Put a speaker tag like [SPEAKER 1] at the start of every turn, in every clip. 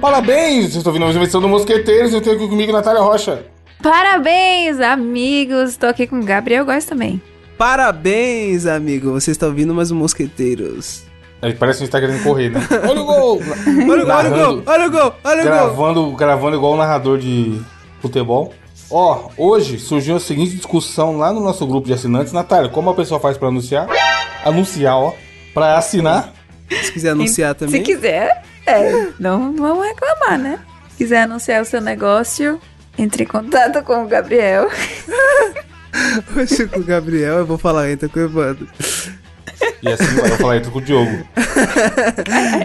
[SPEAKER 1] Parabéns! Estou ouvindo mais uma edição do Mosqueteiros. Eu tenho aqui comigo Natália Rocha.
[SPEAKER 2] Parabéns, amigos! Tô aqui com o Gabriel Góes também.
[SPEAKER 3] Parabéns, amigo. Você está ouvindo mais um Mosqueteiros.
[SPEAKER 1] Aí parece que a gente tá querendo correr, né? Olha o gol!
[SPEAKER 3] Olha o gol, olha o gol, olha o gol, olha o gol.
[SPEAKER 1] gravando, gravando igual o narrador de futebol. Ó, hoje surgiu a seguinte discussão lá no nosso grupo de assinantes. Natália, como a pessoa faz pra anunciar? Anunciar, ó. Pra assinar.
[SPEAKER 3] Se quiser anunciar também.
[SPEAKER 2] Se quiser, é, não vamos reclamar, né? Se quiser anunciar o seu negócio, entre em contato com o Gabriel.
[SPEAKER 3] Hoje com o Gabriel, eu vou falar, entra com o Evandro.
[SPEAKER 1] E assim vai. Eu falar isso com o Diogo.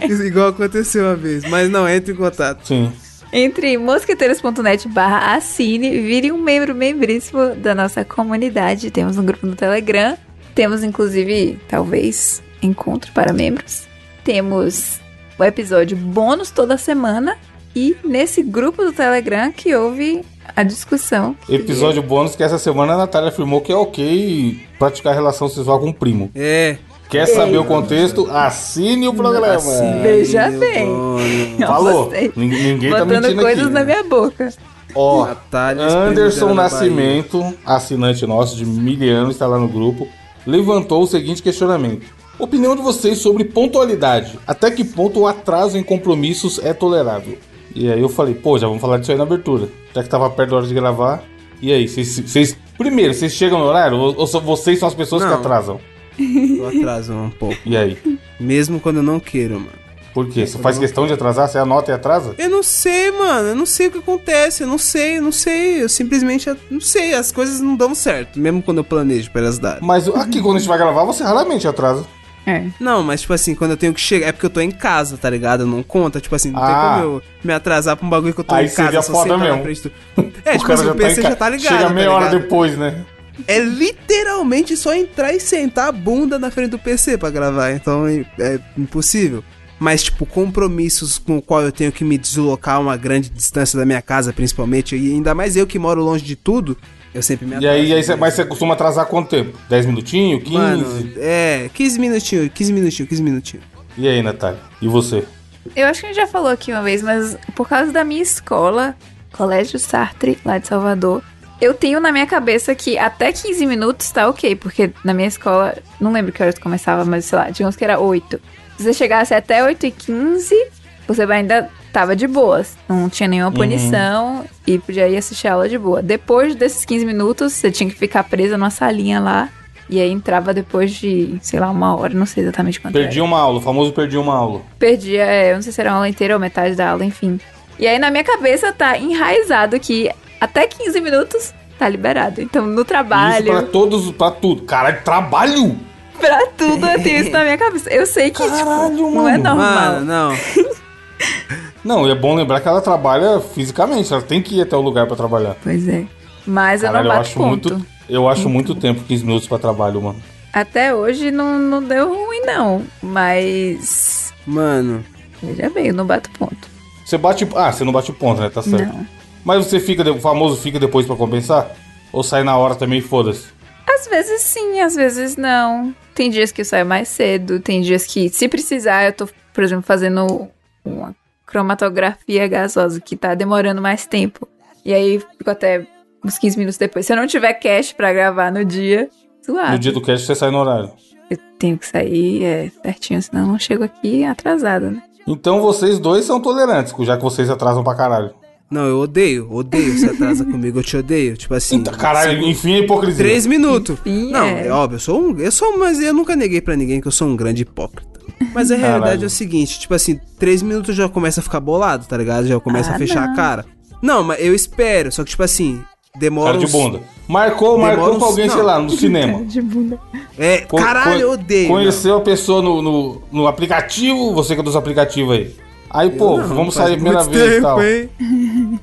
[SPEAKER 2] É.
[SPEAKER 3] Isso Igual aconteceu uma vez. Mas não, entre em contato.
[SPEAKER 1] Sim.
[SPEAKER 2] Entre em mosqueteiros.net barra assine, vire um membro membríssimo da nossa comunidade. Temos um grupo no Telegram. Temos, inclusive, talvez, encontro para membros. Temos o episódio bônus toda semana. E nesse grupo do Telegram que houve a discussão. que-
[SPEAKER 1] Episódio bônus que essa semana a Natália afirmou que é ok praticar relação sexual com um primo.
[SPEAKER 3] É.
[SPEAKER 1] Quer saber o contexto? Assine o programa.
[SPEAKER 3] assim,
[SPEAKER 2] Veja
[SPEAKER 3] meu
[SPEAKER 2] bem.
[SPEAKER 3] dono.
[SPEAKER 2] Eu
[SPEAKER 1] Falou.
[SPEAKER 2] gostei.
[SPEAKER 1] Nin- Ninguém tá
[SPEAKER 2] Botando
[SPEAKER 1] mentindo
[SPEAKER 2] coisas
[SPEAKER 1] aqui.
[SPEAKER 2] na minha boca.
[SPEAKER 1] Ó,
[SPEAKER 3] Natália,
[SPEAKER 1] Anderson
[SPEAKER 3] espremida na
[SPEAKER 1] Nascimento, assinante nosso de miliano, está lá no grupo, levantou o seguinte questionamento. Opinião de vocês sobre pontualidade. Até que ponto o atraso em compromissos é tolerável? E aí eu falei, pô, já vamos falar disso aí na abertura. Já que tava perto da hora de gravar. E aí, vocês- vocês... Primeiro, vocês chegam no horário ou, ou só vocês são as pessoas que
[SPEAKER 3] Não.
[SPEAKER 1] atrasam?
[SPEAKER 3] Eu atraso um pouco.
[SPEAKER 1] E aí?
[SPEAKER 3] Mesmo quando eu não quero, mano.
[SPEAKER 1] Por quê? Você faz questão de atrasar? Você anota e atrasa?
[SPEAKER 3] Eu não sei, mano. Eu não sei o que acontece. Eu não sei, eu não sei. Eu simplesmente eu não sei. As coisas não dão certo. Mesmo quando eu planejo pra elas darem.
[SPEAKER 1] Mas aqui quando a gente vai gravar, você raramente atrasa.
[SPEAKER 2] É.
[SPEAKER 3] Não, mas tipo assim, quando eu tenho que chegar. É porque eu tô em casa, tá ligado? Não conta. Tipo assim, não
[SPEAKER 1] Ah.
[SPEAKER 3] tem como eu me atrasar pra um bagulho que eu tô
[SPEAKER 1] Aí
[SPEAKER 3] em casa.
[SPEAKER 1] seria
[SPEAKER 3] só
[SPEAKER 1] foda
[SPEAKER 3] sentar na
[SPEAKER 1] mesmo.
[SPEAKER 3] frente do- É,
[SPEAKER 1] O
[SPEAKER 3] tipo
[SPEAKER 1] cara
[SPEAKER 3] assim,
[SPEAKER 1] tá
[SPEAKER 3] o
[SPEAKER 1] em
[SPEAKER 3] PC
[SPEAKER 1] ca-
[SPEAKER 3] já tá ligado.
[SPEAKER 1] Chega
[SPEAKER 3] tá
[SPEAKER 1] meia hora
[SPEAKER 3] ligado?
[SPEAKER 1] depois, né?
[SPEAKER 3] É literalmente só entrar e sentar a bunda na frente do PC pra gravar, então é é impossível. Mas, tipo, compromissos com o qual eu tenho que me deslocar a uma grande distância da minha casa, principalmente, e ainda mais eu que moro longe de tudo, eu sempre me
[SPEAKER 1] E aí, aí cê- mas você costuma atrasar quanto tempo? 10 minutinhos? 15?
[SPEAKER 3] né? Mano, é, 15 minutinhos, 15 minutinhos, 15 minutinhos.
[SPEAKER 1] E aí, Natália? E você?
[SPEAKER 2] Eu acho que a gente já falou aqui uma vez, mas por causa da minha escola, Colégio Sartre, lá de Salvador, eu tenho na minha cabeça que até 15 minutos tá ok, porque na minha escola, não lembro que horas começava, mas sei lá, digamos que era 8. Se você chegasse até 8 e 15, você vai- ainda tava de boas. Não tinha
[SPEAKER 1] Uhum.
[SPEAKER 2] nenhuma punição e podia ir assistir a aula de boa. Depois desses 15 minutos, você tinha que ficar presa numa salinha lá. E aí entrava depois de, sei lá, uma hora, não sei exatamente quanto era.
[SPEAKER 1] Perdi
[SPEAKER 3] É.
[SPEAKER 1] uma aula, o famoso perdi uma aula.
[SPEAKER 2] Perdia, é, eu não sei se era uma aula inteira ou metade da aula, enfim. E aí na minha cabeça tá enraizado que até 15 minutos tá liberado. Então no
[SPEAKER 1] E Isso pra
[SPEAKER 2] trabalho,
[SPEAKER 1] todos, pra tudo. Caralho, trabalho!
[SPEAKER 2] pra... tudo eu tenho isso na minha cabeça. Eu sei que
[SPEAKER 1] Caralho,
[SPEAKER 2] tipo, não é
[SPEAKER 1] mano.
[SPEAKER 2] normal.
[SPEAKER 3] Mano, não.
[SPEAKER 1] Não, e é bom lembrar que ela trabalha fisicamente, ela tem que ir até o lugar pra trabalhar.
[SPEAKER 2] Pois é. Mas
[SPEAKER 1] Caralho,
[SPEAKER 2] eu
[SPEAKER 1] eu
[SPEAKER 2] não
[SPEAKER 1] acho
[SPEAKER 2] bato ponto.
[SPEAKER 1] muito. Eu acho muito tempo 15 minutos pra trabalho, mano.
[SPEAKER 2] Até hoje não, não deu ruim, não. Mas.
[SPEAKER 3] Mano,
[SPEAKER 2] Veja bem, eu não bato ponto.
[SPEAKER 1] Você bate. Ah, você não bate ponto, né? Tá certo.
[SPEAKER 2] Não.
[SPEAKER 1] Mas você fica, de- o famoso fica depois pra compensar? Ou sai na hora também e foda-se?
[SPEAKER 2] Às vezes sim, às vezes não. Tem dias que eu saio mais cedo, tem dias que, se precisar, eu tô, por exemplo, fazendo uma cromatografia gasosa que tá demorando mais tempo. E aí fico até uns 15 minutos depois. Se eu não tiver cash pra gravar no dia, suave.
[SPEAKER 1] No dia do cast você sai no horário.
[SPEAKER 2] Eu tenho que sair é, certinho, senão eu não chego aqui atrasada, né?
[SPEAKER 1] Então vocês dois são tolerantes, já que vocês atrasam pra caralho.
[SPEAKER 3] não, eu odeio, odeio se atrasa comigo, eu te odeio. Tipo assim.
[SPEAKER 1] Então, caralho, enfim, é hipocrisia.
[SPEAKER 3] Três minutos.
[SPEAKER 2] Enfim,
[SPEAKER 3] não,
[SPEAKER 2] é.
[SPEAKER 3] é. óbvio, eu sou um. Eu sou, mas eu nunca neguei pra ninguém que eu sou um grande hipócrita. Mas a
[SPEAKER 1] Caralho.
[SPEAKER 3] realidade é o seguinte, tipo assim, três minutos eu já começa a ficar bolado, tá ligado? Já começa
[SPEAKER 2] Ah,
[SPEAKER 3] a fechar
[SPEAKER 2] não.
[SPEAKER 3] a cara. Não, mas eu espero, só que tipo assim, demora
[SPEAKER 1] Cara de
[SPEAKER 3] uns-
[SPEAKER 1] bunda. Marcou,
[SPEAKER 3] Demora
[SPEAKER 1] marcou
[SPEAKER 3] uns-
[SPEAKER 1] pra alguém,
[SPEAKER 3] não.
[SPEAKER 1] sei lá, no cinema.
[SPEAKER 2] De bunda.
[SPEAKER 3] É,
[SPEAKER 1] Co-
[SPEAKER 3] caralho,
[SPEAKER 1] co-
[SPEAKER 3] eu odeio.
[SPEAKER 1] Conheceu a pessoa no, no, no aplicativo, você que é dos aplicativos aí. Aí, pô,
[SPEAKER 3] mano. Não,
[SPEAKER 1] vamos
[SPEAKER 3] faz
[SPEAKER 1] sair a primeira
[SPEAKER 3] muito
[SPEAKER 1] vez e
[SPEAKER 3] tempo,
[SPEAKER 1] tal.
[SPEAKER 3] hein?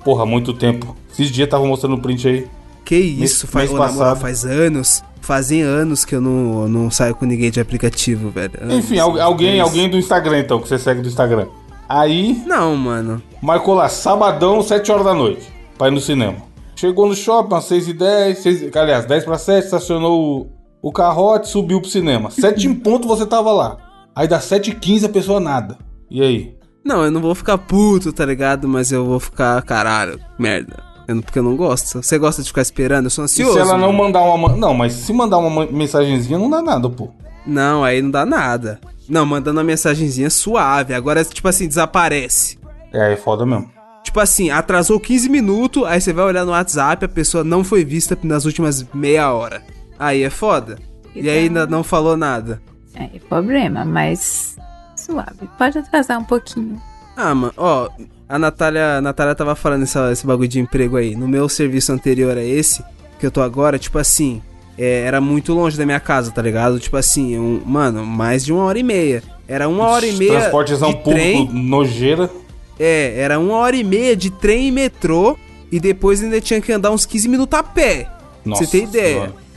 [SPEAKER 1] Porra, muito tempo. Esses dias tava mostrando o print aí.
[SPEAKER 3] Que isso,
[SPEAKER 1] Mês- mês
[SPEAKER 3] faz, ô, na moral,
[SPEAKER 1] passado.
[SPEAKER 3] faz anos. Fazem anos que eu não, eu não saio com ninguém de aplicativo, velho. Anos,
[SPEAKER 1] Enfim, al- alguém,
[SPEAKER 3] anos.
[SPEAKER 1] alguém do Instagram, então, que você segue do Instagram. Aí,
[SPEAKER 3] Não, mano.
[SPEAKER 1] marcou lá, sabadão, 7 horas da noite, pra ir no cinema. Chegou no shopping, às 6h10, 6, aliás, 10 pra 7, estacionou o, o carrote, subiu pro cinema. 7 em ponto você tava lá. Aí das 7h15 a pessoa nada. E aí?
[SPEAKER 3] Não, eu não vou ficar puto, tá ligado? Mas eu vou ficar, caralho, merda. Eu não- porque eu não gosto. Você gosta de ficar esperando? Eu
[SPEAKER 1] E
[SPEAKER 3] sou ansioso. né?
[SPEAKER 1] se ela não
[SPEAKER 3] mano.
[SPEAKER 1] mandar uma. ma- Não, mas se mandar uma ma- mensagenzinha, não dá nada, pô.
[SPEAKER 3] Não, aí não dá nada. Não, mandando uma mensagenzinha suave. Agora, tipo assim, desaparece.
[SPEAKER 1] É, aí é foda mesmo.
[SPEAKER 3] Tipo assim, atrasou 15 minutos, aí você vai olhar no WhatsApp, a pessoa não foi vista nas últimas meia hora. Aí é foda. E aí ainda não falou nada.
[SPEAKER 2] É problema, mas suave. Pode atrasar um pouquinho.
[SPEAKER 3] Ah, mano, ó, a Natália, a Natália tava falando essa, esse bagulho de emprego aí. No meu serviço anterior a esse, que eu tô agora, tipo assim, é, era muito longe da minha casa, tá ligado? Tipo assim, um, mano, mais de uma hora e meia. Era uma hora e meia.
[SPEAKER 1] Transportezão
[SPEAKER 3] de
[SPEAKER 1] público
[SPEAKER 3] trem,
[SPEAKER 1] nojeira.
[SPEAKER 3] É, era uma hora e meia de trem e metrô. E depois ainda tinha que andar uns 15 minutos a pé.
[SPEAKER 1] Nossa
[SPEAKER 3] Você tem ideia?
[SPEAKER 1] Senhora.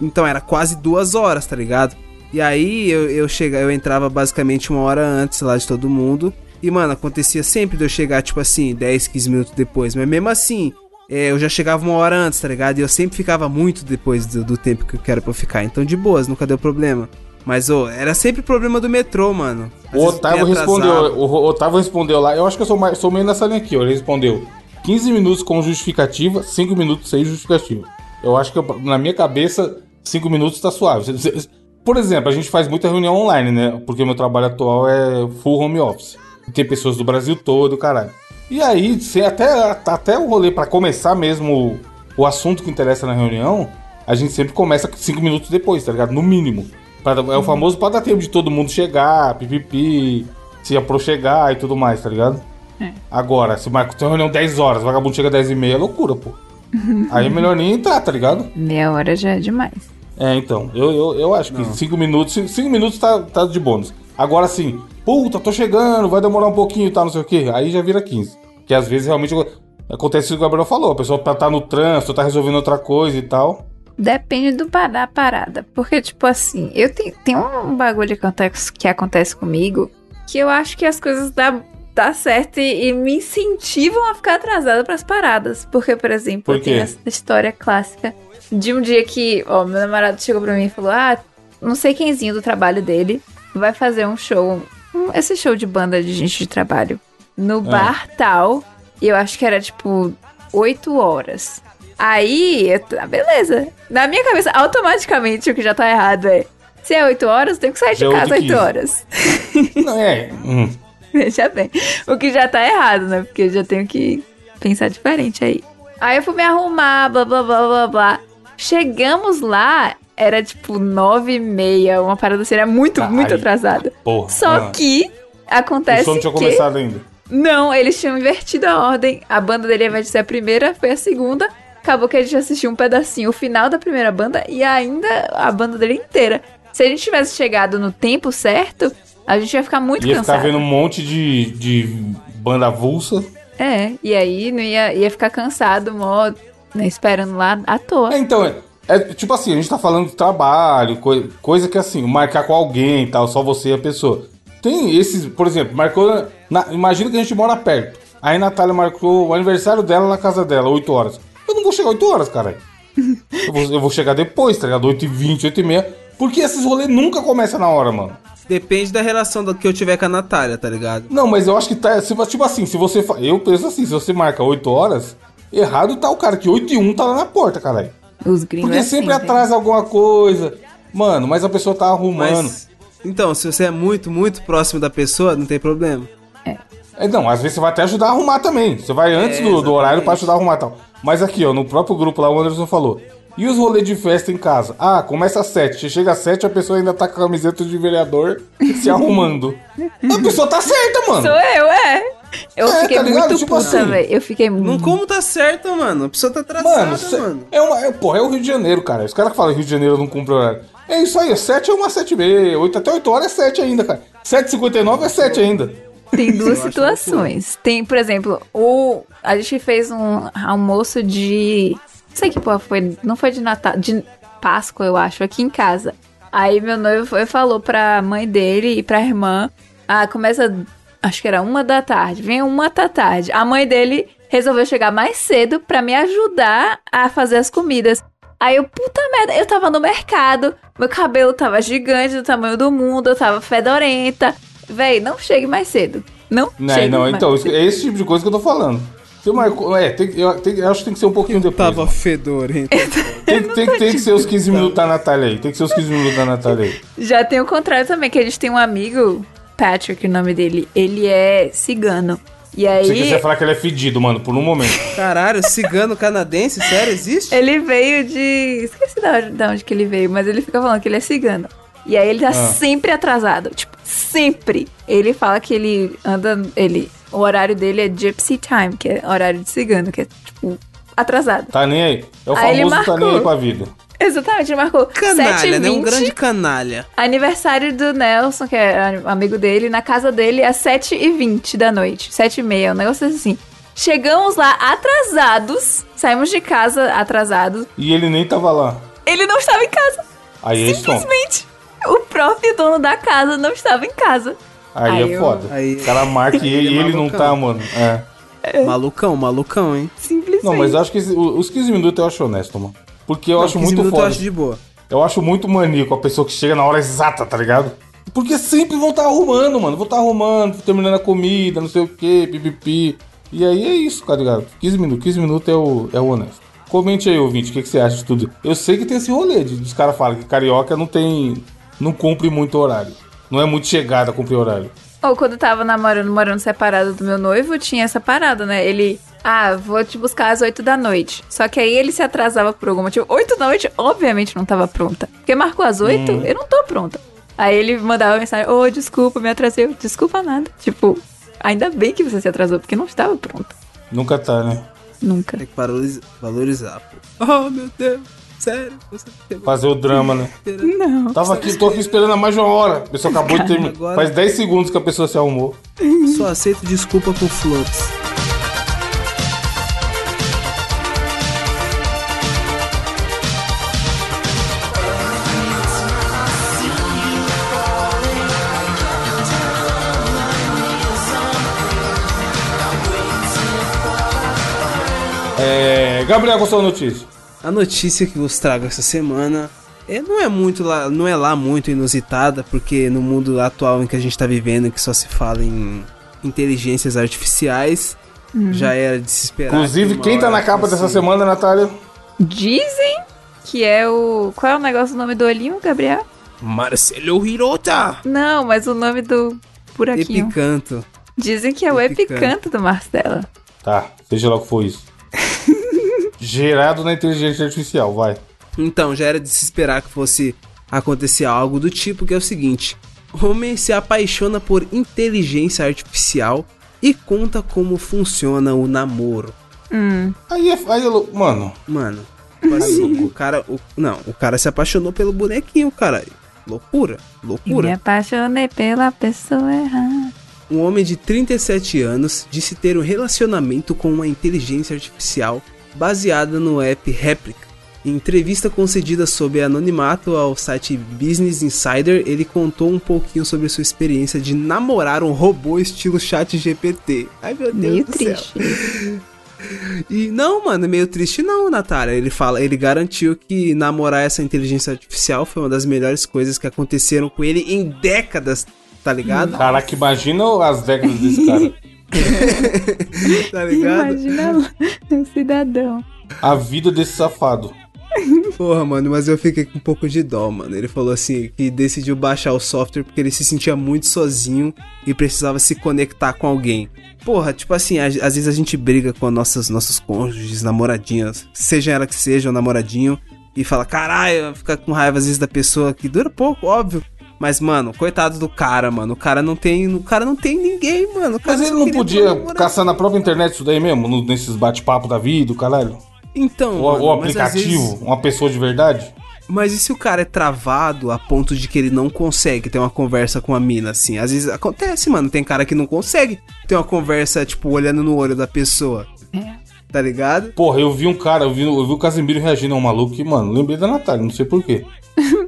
[SPEAKER 3] Então era quase duas horas, tá ligado? E aí eu, eu, chega, eu entrava basicamente uma hora antes lá de todo mundo. E, mano, acontecia sempre de eu chegar, tipo assim, 10, 15 minutos depois. Mas mesmo assim, é, eu já chegava uma hora antes, tá ligado? E eu sempre ficava muito depois do, do tempo que eu quero pra eu ficar. Então, de boas, nunca deu problema. Mas, ô, era sempre problema do metrô, mano. Às
[SPEAKER 1] O
[SPEAKER 3] vezes
[SPEAKER 1] Otávio
[SPEAKER 3] me atrasava.
[SPEAKER 1] respondeu, o Ro- Otávio respondeu lá, eu acho que eu sou, mais, sou meio nessa linha aqui, ó. Ele respondeu 15 minutos com justificativa, 5 minutos sem justificativa. Eu acho que eu- na minha cabeça, 5 minutos tá suave. Cê- cê- Por exemplo, a gente faz muita reunião online, né? Porque meu trabalho atual é full home office. Tem pessoas do Brasil todo, caralho. E aí, cê até, até o rolê pra começar mesmo o, o assunto que interessa na reunião, a gente sempre começa 5 minutos depois, tá ligado? No mínimo. Pra- é o famoso pra dar tempo de todo mundo chegar, pipipi, se aproxegar e tudo mais, tá ligado?
[SPEAKER 2] É.
[SPEAKER 1] Agora, se marca tem reunião 10 horas, o vagabundo chega 10 e meia, é loucura, pô. Aí é melhor nem entrar, tá ligado?
[SPEAKER 2] Meia hora já é demais.
[SPEAKER 1] É, então, eu, eu, eu acho que 5 minutos, 5 minutos tá, tá de bônus. Agora sim, puta, tô chegando, vai demorar um pouquinho e tá, tal, não sei o quê, aí já vira 15. Que às vezes realmente acontece isso que o Gabriel falou, a pessoa tá tá no trânsito, tá resolvendo outra coisa e tal.
[SPEAKER 2] Depende do pa- da parada. Porque, tipo assim, eu tenho, tem um bagulho que acontece, que acontece comigo que eu acho que as coisas dá, dá certo e, e me incentivam a ficar atrasada pras paradas. Porque, por exemplo,
[SPEAKER 1] Por
[SPEAKER 2] eu tenho
[SPEAKER 1] quê?
[SPEAKER 2] essa história clássica de um dia que, ó, meu namorado chegou pra mim e falou: Ah, não sei quemzinho do trabalho dele vai fazer um show, um- esse show de banda de gente de trabalho,
[SPEAKER 1] Ah.
[SPEAKER 2] no bar tal. E eu acho que era tipo 8 horas. Aí, eu t- ah, beleza. Na minha cabeça, automaticamente o que já tá errado é: se é 8 horas, eu tenho que sair
[SPEAKER 1] Já é
[SPEAKER 2] de casa
[SPEAKER 1] 8h15.
[SPEAKER 2] 8 horas.
[SPEAKER 1] Não, é. hum.
[SPEAKER 2] Veja bem. O que já tá errado, né? Porque eu já tenho que pensar diferente aí. Aí eu fui me arrumar, blá blá blá blá blá. Chegamos lá, era tipo 9 e meia, uma parada assim, era muito,
[SPEAKER 1] Ai.
[SPEAKER 2] muito atrasada.
[SPEAKER 1] Porra.
[SPEAKER 2] Só
[SPEAKER 1] Tá, ah,
[SPEAKER 2] que
[SPEAKER 1] o
[SPEAKER 2] acontece
[SPEAKER 1] som não tinha
[SPEAKER 2] que.
[SPEAKER 1] começado ainda.
[SPEAKER 2] Não, eles tinham invertido a ordem. A banda dele vai ser a primeira, foi a segunda. Acabou que a gente assistiu um pedacinho, o final da primeira banda e ainda a banda dele inteira. Se a gente tivesse chegado no tempo certo, a gente ia ficar muito
[SPEAKER 1] Ia
[SPEAKER 2] cansado.
[SPEAKER 1] ficar vendo um monte de, de banda avulsa.
[SPEAKER 2] É, e aí não ia, ia ficar cansado, mó, né, esperando lá à
[SPEAKER 1] É,
[SPEAKER 2] toa.
[SPEAKER 1] então, é, é tipo assim, a gente tá falando de trabalho, coi- coisa que assim, marcar com alguém e tal, só você e a pessoa. Tem esses, por exemplo, marcou. na- na- imagina que a gente mora perto. Aí a Natália marcou o aniversário dela na casa dela, 8 horas. Eu não vou chegar 8 horas, caralho. Eu vou, eu vou chegar depois, tá ligado? 8h20, 8h30. Porque esses rolês nunca começam na hora, mano.
[SPEAKER 3] Depende da relação do que eu tiver com a Natália, tá ligado?
[SPEAKER 1] Não, mas eu acho que tá. se- Tipo assim, se você. fa- Eu penso assim, se você marca 8 horas, errado tá o cara, que 8 e 1 tá lá na porta, caralho.
[SPEAKER 2] Os gringos
[SPEAKER 1] Porque
[SPEAKER 2] é assim,
[SPEAKER 1] sempre
[SPEAKER 2] velho.
[SPEAKER 1] atrasa alguma coisa. Mano, mas a pessoa tá arrumando.
[SPEAKER 3] Mas. Então, se você é muito, muito próximo da pessoa, não tem problema.
[SPEAKER 1] É, não, às vezes você vai até ajudar a arrumar também. Você
[SPEAKER 2] É,
[SPEAKER 1] vai antes do, do horário pra ajudar a arrumar e tal. Mas aqui, ó, no próprio grupo lá, o Anderson falou. E os rolês de festa em casa? Ah, começa às 7. Chega às 7, a pessoa ainda tá com a camiseta de vereador se arrumando. a pessoa tá certa, mano.
[SPEAKER 2] Sou eu, é. Eu
[SPEAKER 1] É,
[SPEAKER 2] fiquei
[SPEAKER 1] tá ligado?
[SPEAKER 2] muito
[SPEAKER 1] Tipo
[SPEAKER 2] puta,
[SPEAKER 1] assim,
[SPEAKER 2] velho. Eu fiquei
[SPEAKER 3] Não
[SPEAKER 2] muito.
[SPEAKER 3] como tá certo, mano. A pessoa tá atrasada,
[SPEAKER 1] Mano,
[SPEAKER 3] mano.
[SPEAKER 1] cê- É uma, é, porra, é o Rio de Janeiro, cara. Os caras que falam Rio de Janeiro não cumpre horário. É isso aí, 7 é uma 7 e meia, 8 até 8 horas é 7 ainda, cara. 7h59 é 7 ainda.
[SPEAKER 2] Tem duas
[SPEAKER 3] acho
[SPEAKER 2] situações. Tem, por exemplo, o a gente fez um almoço de não sei que porra foi, não foi de Natal, de Páscoa, eu acho, aqui em casa. Aí meu noivo foi, falou pra mãe dele e pra irmã, ah, começa acho que era uma da tarde, vem uma da tarde. A mãe dele resolveu chegar mais cedo pra me ajudar a fazer as comidas. Aí eu, puta merda, eu tava no mercado, meu cabelo tava gigante do tamanho do mundo, eu tava fedorenta. Véi, não chegue mais cedo. Não?
[SPEAKER 1] Não,
[SPEAKER 2] chega,
[SPEAKER 1] não,
[SPEAKER 2] mas-
[SPEAKER 1] então, isso- é esse tipo de coisa que eu tô falando. Se o Marco, é, tem, que- eu, tem- eu acho que tem que ser um pouquinho depois.
[SPEAKER 3] Tava fedorento.
[SPEAKER 1] Tem, que- tem, que- tem que ser os 15 minutos da Natália aí. Tem que ser os 15 minutos da Natália aí.
[SPEAKER 2] Já tem o contrário também, que a gente tem um amigo, Patrick, o nome dele. Ele é cigano. E
[SPEAKER 1] Você quiser
[SPEAKER 2] aí,
[SPEAKER 1] falar que ele é fedido, mano, por um momento.
[SPEAKER 3] Caralho, cigano canadense, sério, existe?
[SPEAKER 2] ele veio de. Esqueci da onde, da onde que ele veio, mas ele fica falando que ele é cigano. E aí ele
[SPEAKER 3] Ah.
[SPEAKER 2] tá sempre atrasado. Tipo, sempre. Ele fala que ele anda. Ele. O horário dele é Gypsy Time, que é horário de cigano, que é, tipo, atrasado.
[SPEAKER 1] Tá nem aí. É o
[SPEAKER 2] Aí ele
[SPEAKER 1] famoso tá nem aí
[SPEAKER 2] marcou.
[SPEAKER 1] com a vida.
[SPEAKER 2] Exatamente, ele marcou
[SPEAKER 3] Canalha, né? Um
[SPEAKER 2] 7h20.
[SPEAKER 3] grande canalha.
[SPEAKER 2] Aniversário do Nelson, que é amigo dele, na casa dele às 7h20 da noite. 7h30, um negócio assim. Chegamos lá atrasados, saímos de casa atrasados.
[SPEAKER 1] E ele nem tava lá.
[SPEAKER 2] Ele não estava em casa.
[SPEAKER 1] Aí é estompa.
[SPEAKER 2] Simplesmente. O próprio dono da casa não estava em casa.
[SPEAKER 1] Aí,
[SPEAKER 2] Aí
[SPEAKER 1] é
[SPEAKER 2] eu-
[SPEAKER 1] foda.
[SPEAKER 3] aí-
[SPEAKER 1] O cara marca e ele,
[SPEAKER 3] Ele é
[SPEAKER 1] ele não
[SPEAKER 3] malucão.
[SPEAKER 1] tá, mano. É.
[SPEAKER 3] Malucão, malucão, hein?
[SPEAKER 2] Simplesmente.
[SPEAKER 1] Não, mas eu acho que esse- o- os 15 minutos eu acho honesto, mano. Porque eu
[SPEAKER 3] Não,
[SPEAKER 1] acho
[SPEAKER 3] 15
[SPEAKER 1] muito
[SPEAKER 3] minutos
[SPEAKER 1] foda.
[SPEAKER 3] Eu acho de boa.
[SPEAKER 1] Eu acho muito maníaco a pessoa que chega na hora exata, tá ligado? Porque sempre vão estar arrumando, mano. Vão estar arrumando, terminando a comida, não sei o quê, pipipi. E aí é isso, tá ligado? 15 minutos, 15 minutos é o, é o honesto. Comente aí, ouvinte, o que, que você acha de tudo. Eu sei que tem esse rolê de, dos caras falam que carioca não tem. não cumpre muito horário. Não é muito chegada a cumprir horário.
[SPEAKER 2] Ou quando eu tava namorando, morando separado do meu noivo, tinha essa parada, né? Ele, ah, vou te buscar às 8 da noite. Só que aí ele se atrasava por algum motivo. 8 da noite, obviamente, não tava pronta. Porque marcou às 8,
[SPEAKER 1] Hum.
[SPEAKER 2] eu não tô pronta. Aí ele mandava mensagem, ô, desculpa, me atrasei. Eu, desculpa nada. Tipo, ainda bem que você se atrasou, porque não estava pronta.
[SPEAKER 1] Nunca tá, né?
[SPEAKER 2] Nunca.
[SPEAKER 3] Tem que valoriza- valorizar, pô. Oh, meu Deus. Sério, você tem uma
[SPEAKER 1] Fazer o drama, né?
[SPEAKER 3] carteira.
[SPEAKER 2] Não.
[SPEAKER 1] Tava aqui, tô aqui esperando há mais de uma hora. A pessoa acabou de terminar.
[SPEAKER 3] Agora-
[SPEAKER 1] Faz 10 segundos que a pessoa se arrumou.
[SPEAKER 3] Só aceito desculpa com flops.
[SPEAKER 1] É. Gabriel, qual a sua notícia?
[SPEAKER 3] A notícia que vos trago essa semana é, não é muito lá, não é lá muito inusitada, porque no mundo atual em que a gente tá vivendo, que só se fala em inteligências artificiais, já era de se esperar. que assim?
[SPEAKER 1] Inclusive,
[SPEAKER 3] uma
[SPEAKER 1] quem tá
[SPEAKER 3] hora
[SPEAKER 1] na capa
[SPEAKER 3] fosse-
[SPEAKER 1] dessa semana, Natália?
[SPEAKER 2] Dizem que é o... Qual é o negócio do nome do olhinho, Gabriel?
[SPEAKER 3] Marcelo Hirota!
[SPEAKER 2] Não, mas o nome do buraquinho.
[SPEAKER 3] Epicanto.
[SPEAKER 2] Dizem que é o
[SPEAKER 3] Epicanto.
[SPEAKER 2] epicanto do Marcela.
[SPEAKER 1] Tá, seja lá o que for isso. Gerado na inteligência artificial, vai.
[SPEAKER 3] Então, já era de se esperar que fosse acontecer algo do tipo, que é o seguinte: homem se apaixona por inteligência artificial e conta como funciona o namoro.
[SPEAKER 1] Aí é. Aí é lou- mano,
[SPEAKER 3] Mano, tipo assim, o cara. o- não, o cara se apaixonou pelo bonequinho, cara. Loucura,
[SPEAKER 2] Eu me
[SPEAKER 3] loucura.
[SPEAKER 2] apaixonei pela pessoa errada.
[SPEAKER 3] Um homem de 37 anos disse ter um relacionamento com uma inteligência artificial baseada no app Replica. Em entrevista concedida sob anonimato ao site Business Insider, ele contou um pouquinho sobre sua experiência de namorar um robô estilo chat GPT. Ai meu Deus
[SPEAKER 2] Meio
[SPEAKER 3] do céu.
[SPEAKER 2] triste.
[SPEAKER 3] E não, mano, é meio triste não, Natália. Ele fala, ele garantiu que namorar essa inteligência artificial foi uma das melhores coisas que aconteceram com ele em décadas, tá ligado?
[SPEAKER 1] caraca, imagina as décadas desse cara.
[SPEAKER 3] tá ligado?
[SPEAKER 2] Imagina lá, um cidadão.
[SPEAKER 1] A vida desse safado.
[SPEAKER 3] Porra, mano, mas eu fiquei com um pouco de dó, mano. Ele falou assim que decidiu baixar o software porque ele se sentia muito sozinho e precisava se conectar com alguém. Porra, tipo assim, a- às vezes a gente briga com nossas, nossos cônjuges, namoradinhas, seja ela que seja, o namoradinho, e fala, caralho, fica com raiva às vezes da pessoa que dura pouco, óbvio. Mas, mano, coitado do cara, mano. O cara não tem. O cara não tem ninguém, mano. O cara
[SPEAKER 1] Mas ele
[SPEAKER 3] só
[SPEAKER 1] não
[SPEAKER 3] queria
[SPEAKER 1] podia
[SPEAKER 3] namorar.
[SPEAKER 1] caçar na própria internet isso daí mesmo? no- nesses bate-papo da vida, o caralho?
[SPEAKER 3] Então.
[SPEAKER 1] Ou, ou
[SPEAKER 3] mano, mas às vezes-
[SPEAKER 1] aplicativo? Uma pessoa de verdade?
[SPEAKER 3] Mas e se o cara é travado a ponto de que ele não consegue ter uma conversa com a mina, assim? Às vezes acontece, mano. Tem cara que não consegue ter uma conversa, tipo, olhando no olho da pessoa,
[SPEAKER 2] É.
[SPEAKER 3] tá ligado?
[SPEAKER 1] Porra, eu vi um cara, eu vi, eu vi o Casimiro reagindo a um maluco que, mano, lembrei da Natália, não sei porquê.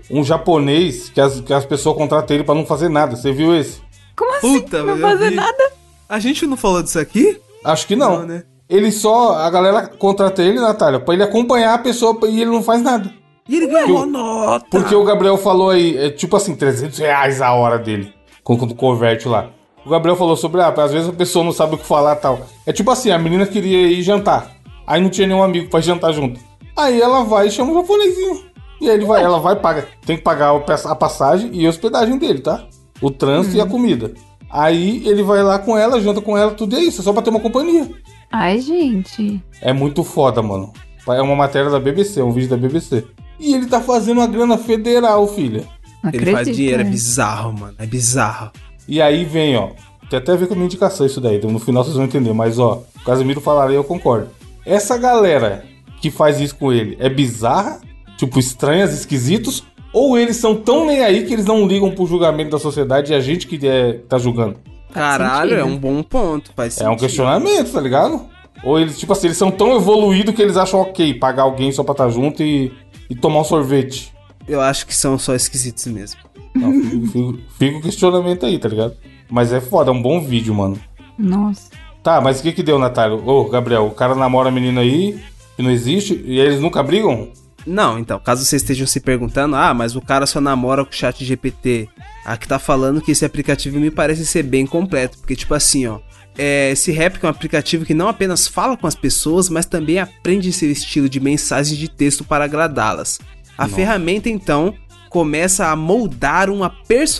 [SPEAKER 1] Um japonês que as, que as pessoas contratam ele pra não fazer nada. Você viu esse?
[SPEAKER 2] Como assim?
[SPEAKER 3] Puta,
[SPEAKER 2] não
[SPEAKER 3] eu
[SPEAKER 2] fazer
[SPEAKER 3] vi.
[SPEAKER 2] nada?
[SPEAKER 3] A gente não falou disso aqui?
[SPEAKER 1] Acho que não.
[SPEAKER 3] Não, né?
[SPEAKER 1] Ele só. A galera contrata ele, Natália, pra ele acompanhar a pessoa e ele não faz nada.
[SPEAKER 3] E ele ganhou nota.
[SPEAKER 1] Porque o Gabriel falou aí, é tipo assim, 300 reais a hora dele. Quando quando converte lá. O Gabriel falou sobre, ah, às vezes a pessoa não sabe o que falar e tal. É tipo assim, a menina queria ir jantar. Aí não tinha nenhum amigo pra jantar junto. Aí ela vai e chama o japonesinho. E aí ele vai, ela vai paga. Tem que pagar o pass- a passagem e a hospedagem dele, tá? O trânsito e a comida. Aí ele vai lá com ela, janta com ela, tudo e é isso, é só pra ter uma companhia.
[SPEAKER 2] Ai, gente.
[SPEAKER 1] É muito foda, mano. É uma matéria da BBC, é um vídeo da BBC. E ele tá fazendo uma grana federal, filha.
[SPEAKER 2] Não
[SPEAKER 3] Ele faz
[SPEAKER 2] acredito,
[SPEAKER 3] dinheiro, é
[SPEAKER 2] né?
[SPEAKER 3] bizarro, mano. É bizarro.
[SPEAKER 1] E aí vem, ó. Tem até a ver com a minha indicação isso daí, então no final vocês vão entender. Mas, ó, o Casimiro falará e eu concordo. Essa galera que faz isso com ele é bizarra, tipo, estranhas, esquisitos, ou eles são tão nem aí que eles não ligam pro julgamento da sociedade e a gente que é, tá julgando?
[SPEAKER 3] Caralho,
[SPEAKER 2] sentido.
[SPEAKER 3] é um bom ponto. Faz
[SPEAKER 1] É um
[SPEAKER 3] sentido.
[SPEAKER 1] questionamento, tá ligado? Ou eles, tipo assim, eles são tão evoluídos que eles acham ok pagar alguém só pra estar junto e, e tomar um sorvete.
[SPEAKER 3] Eu acho que são só esquisitos mesmo.
[SPEAKER 1] Não, fica- fica- fica o questionamento aí, tá ligado? Mas é foda, é um bom vídeo, mano.
[SPEAKER 2] Nossa.
[SPEAKER 1] Tá, mas o que que deu, Natália? Ô, Gabriel, o cara namora a menina aí, que não existe, e eles nunca brigam?
[SPEAKER 3] Não, então, caso vocês estejam se perguntando, ah, mas o cara só namora com o chat GPT. Aqui tá falando que esse aplicativo me parece ser bem completo, porque tipo assim, ó, é, esse rap é um aplicativo que não apenas fala com as pessoas, mas também aprende seu estilo de mensagem de texto para agradá-las. A ferramenta, então, começa a moldar uma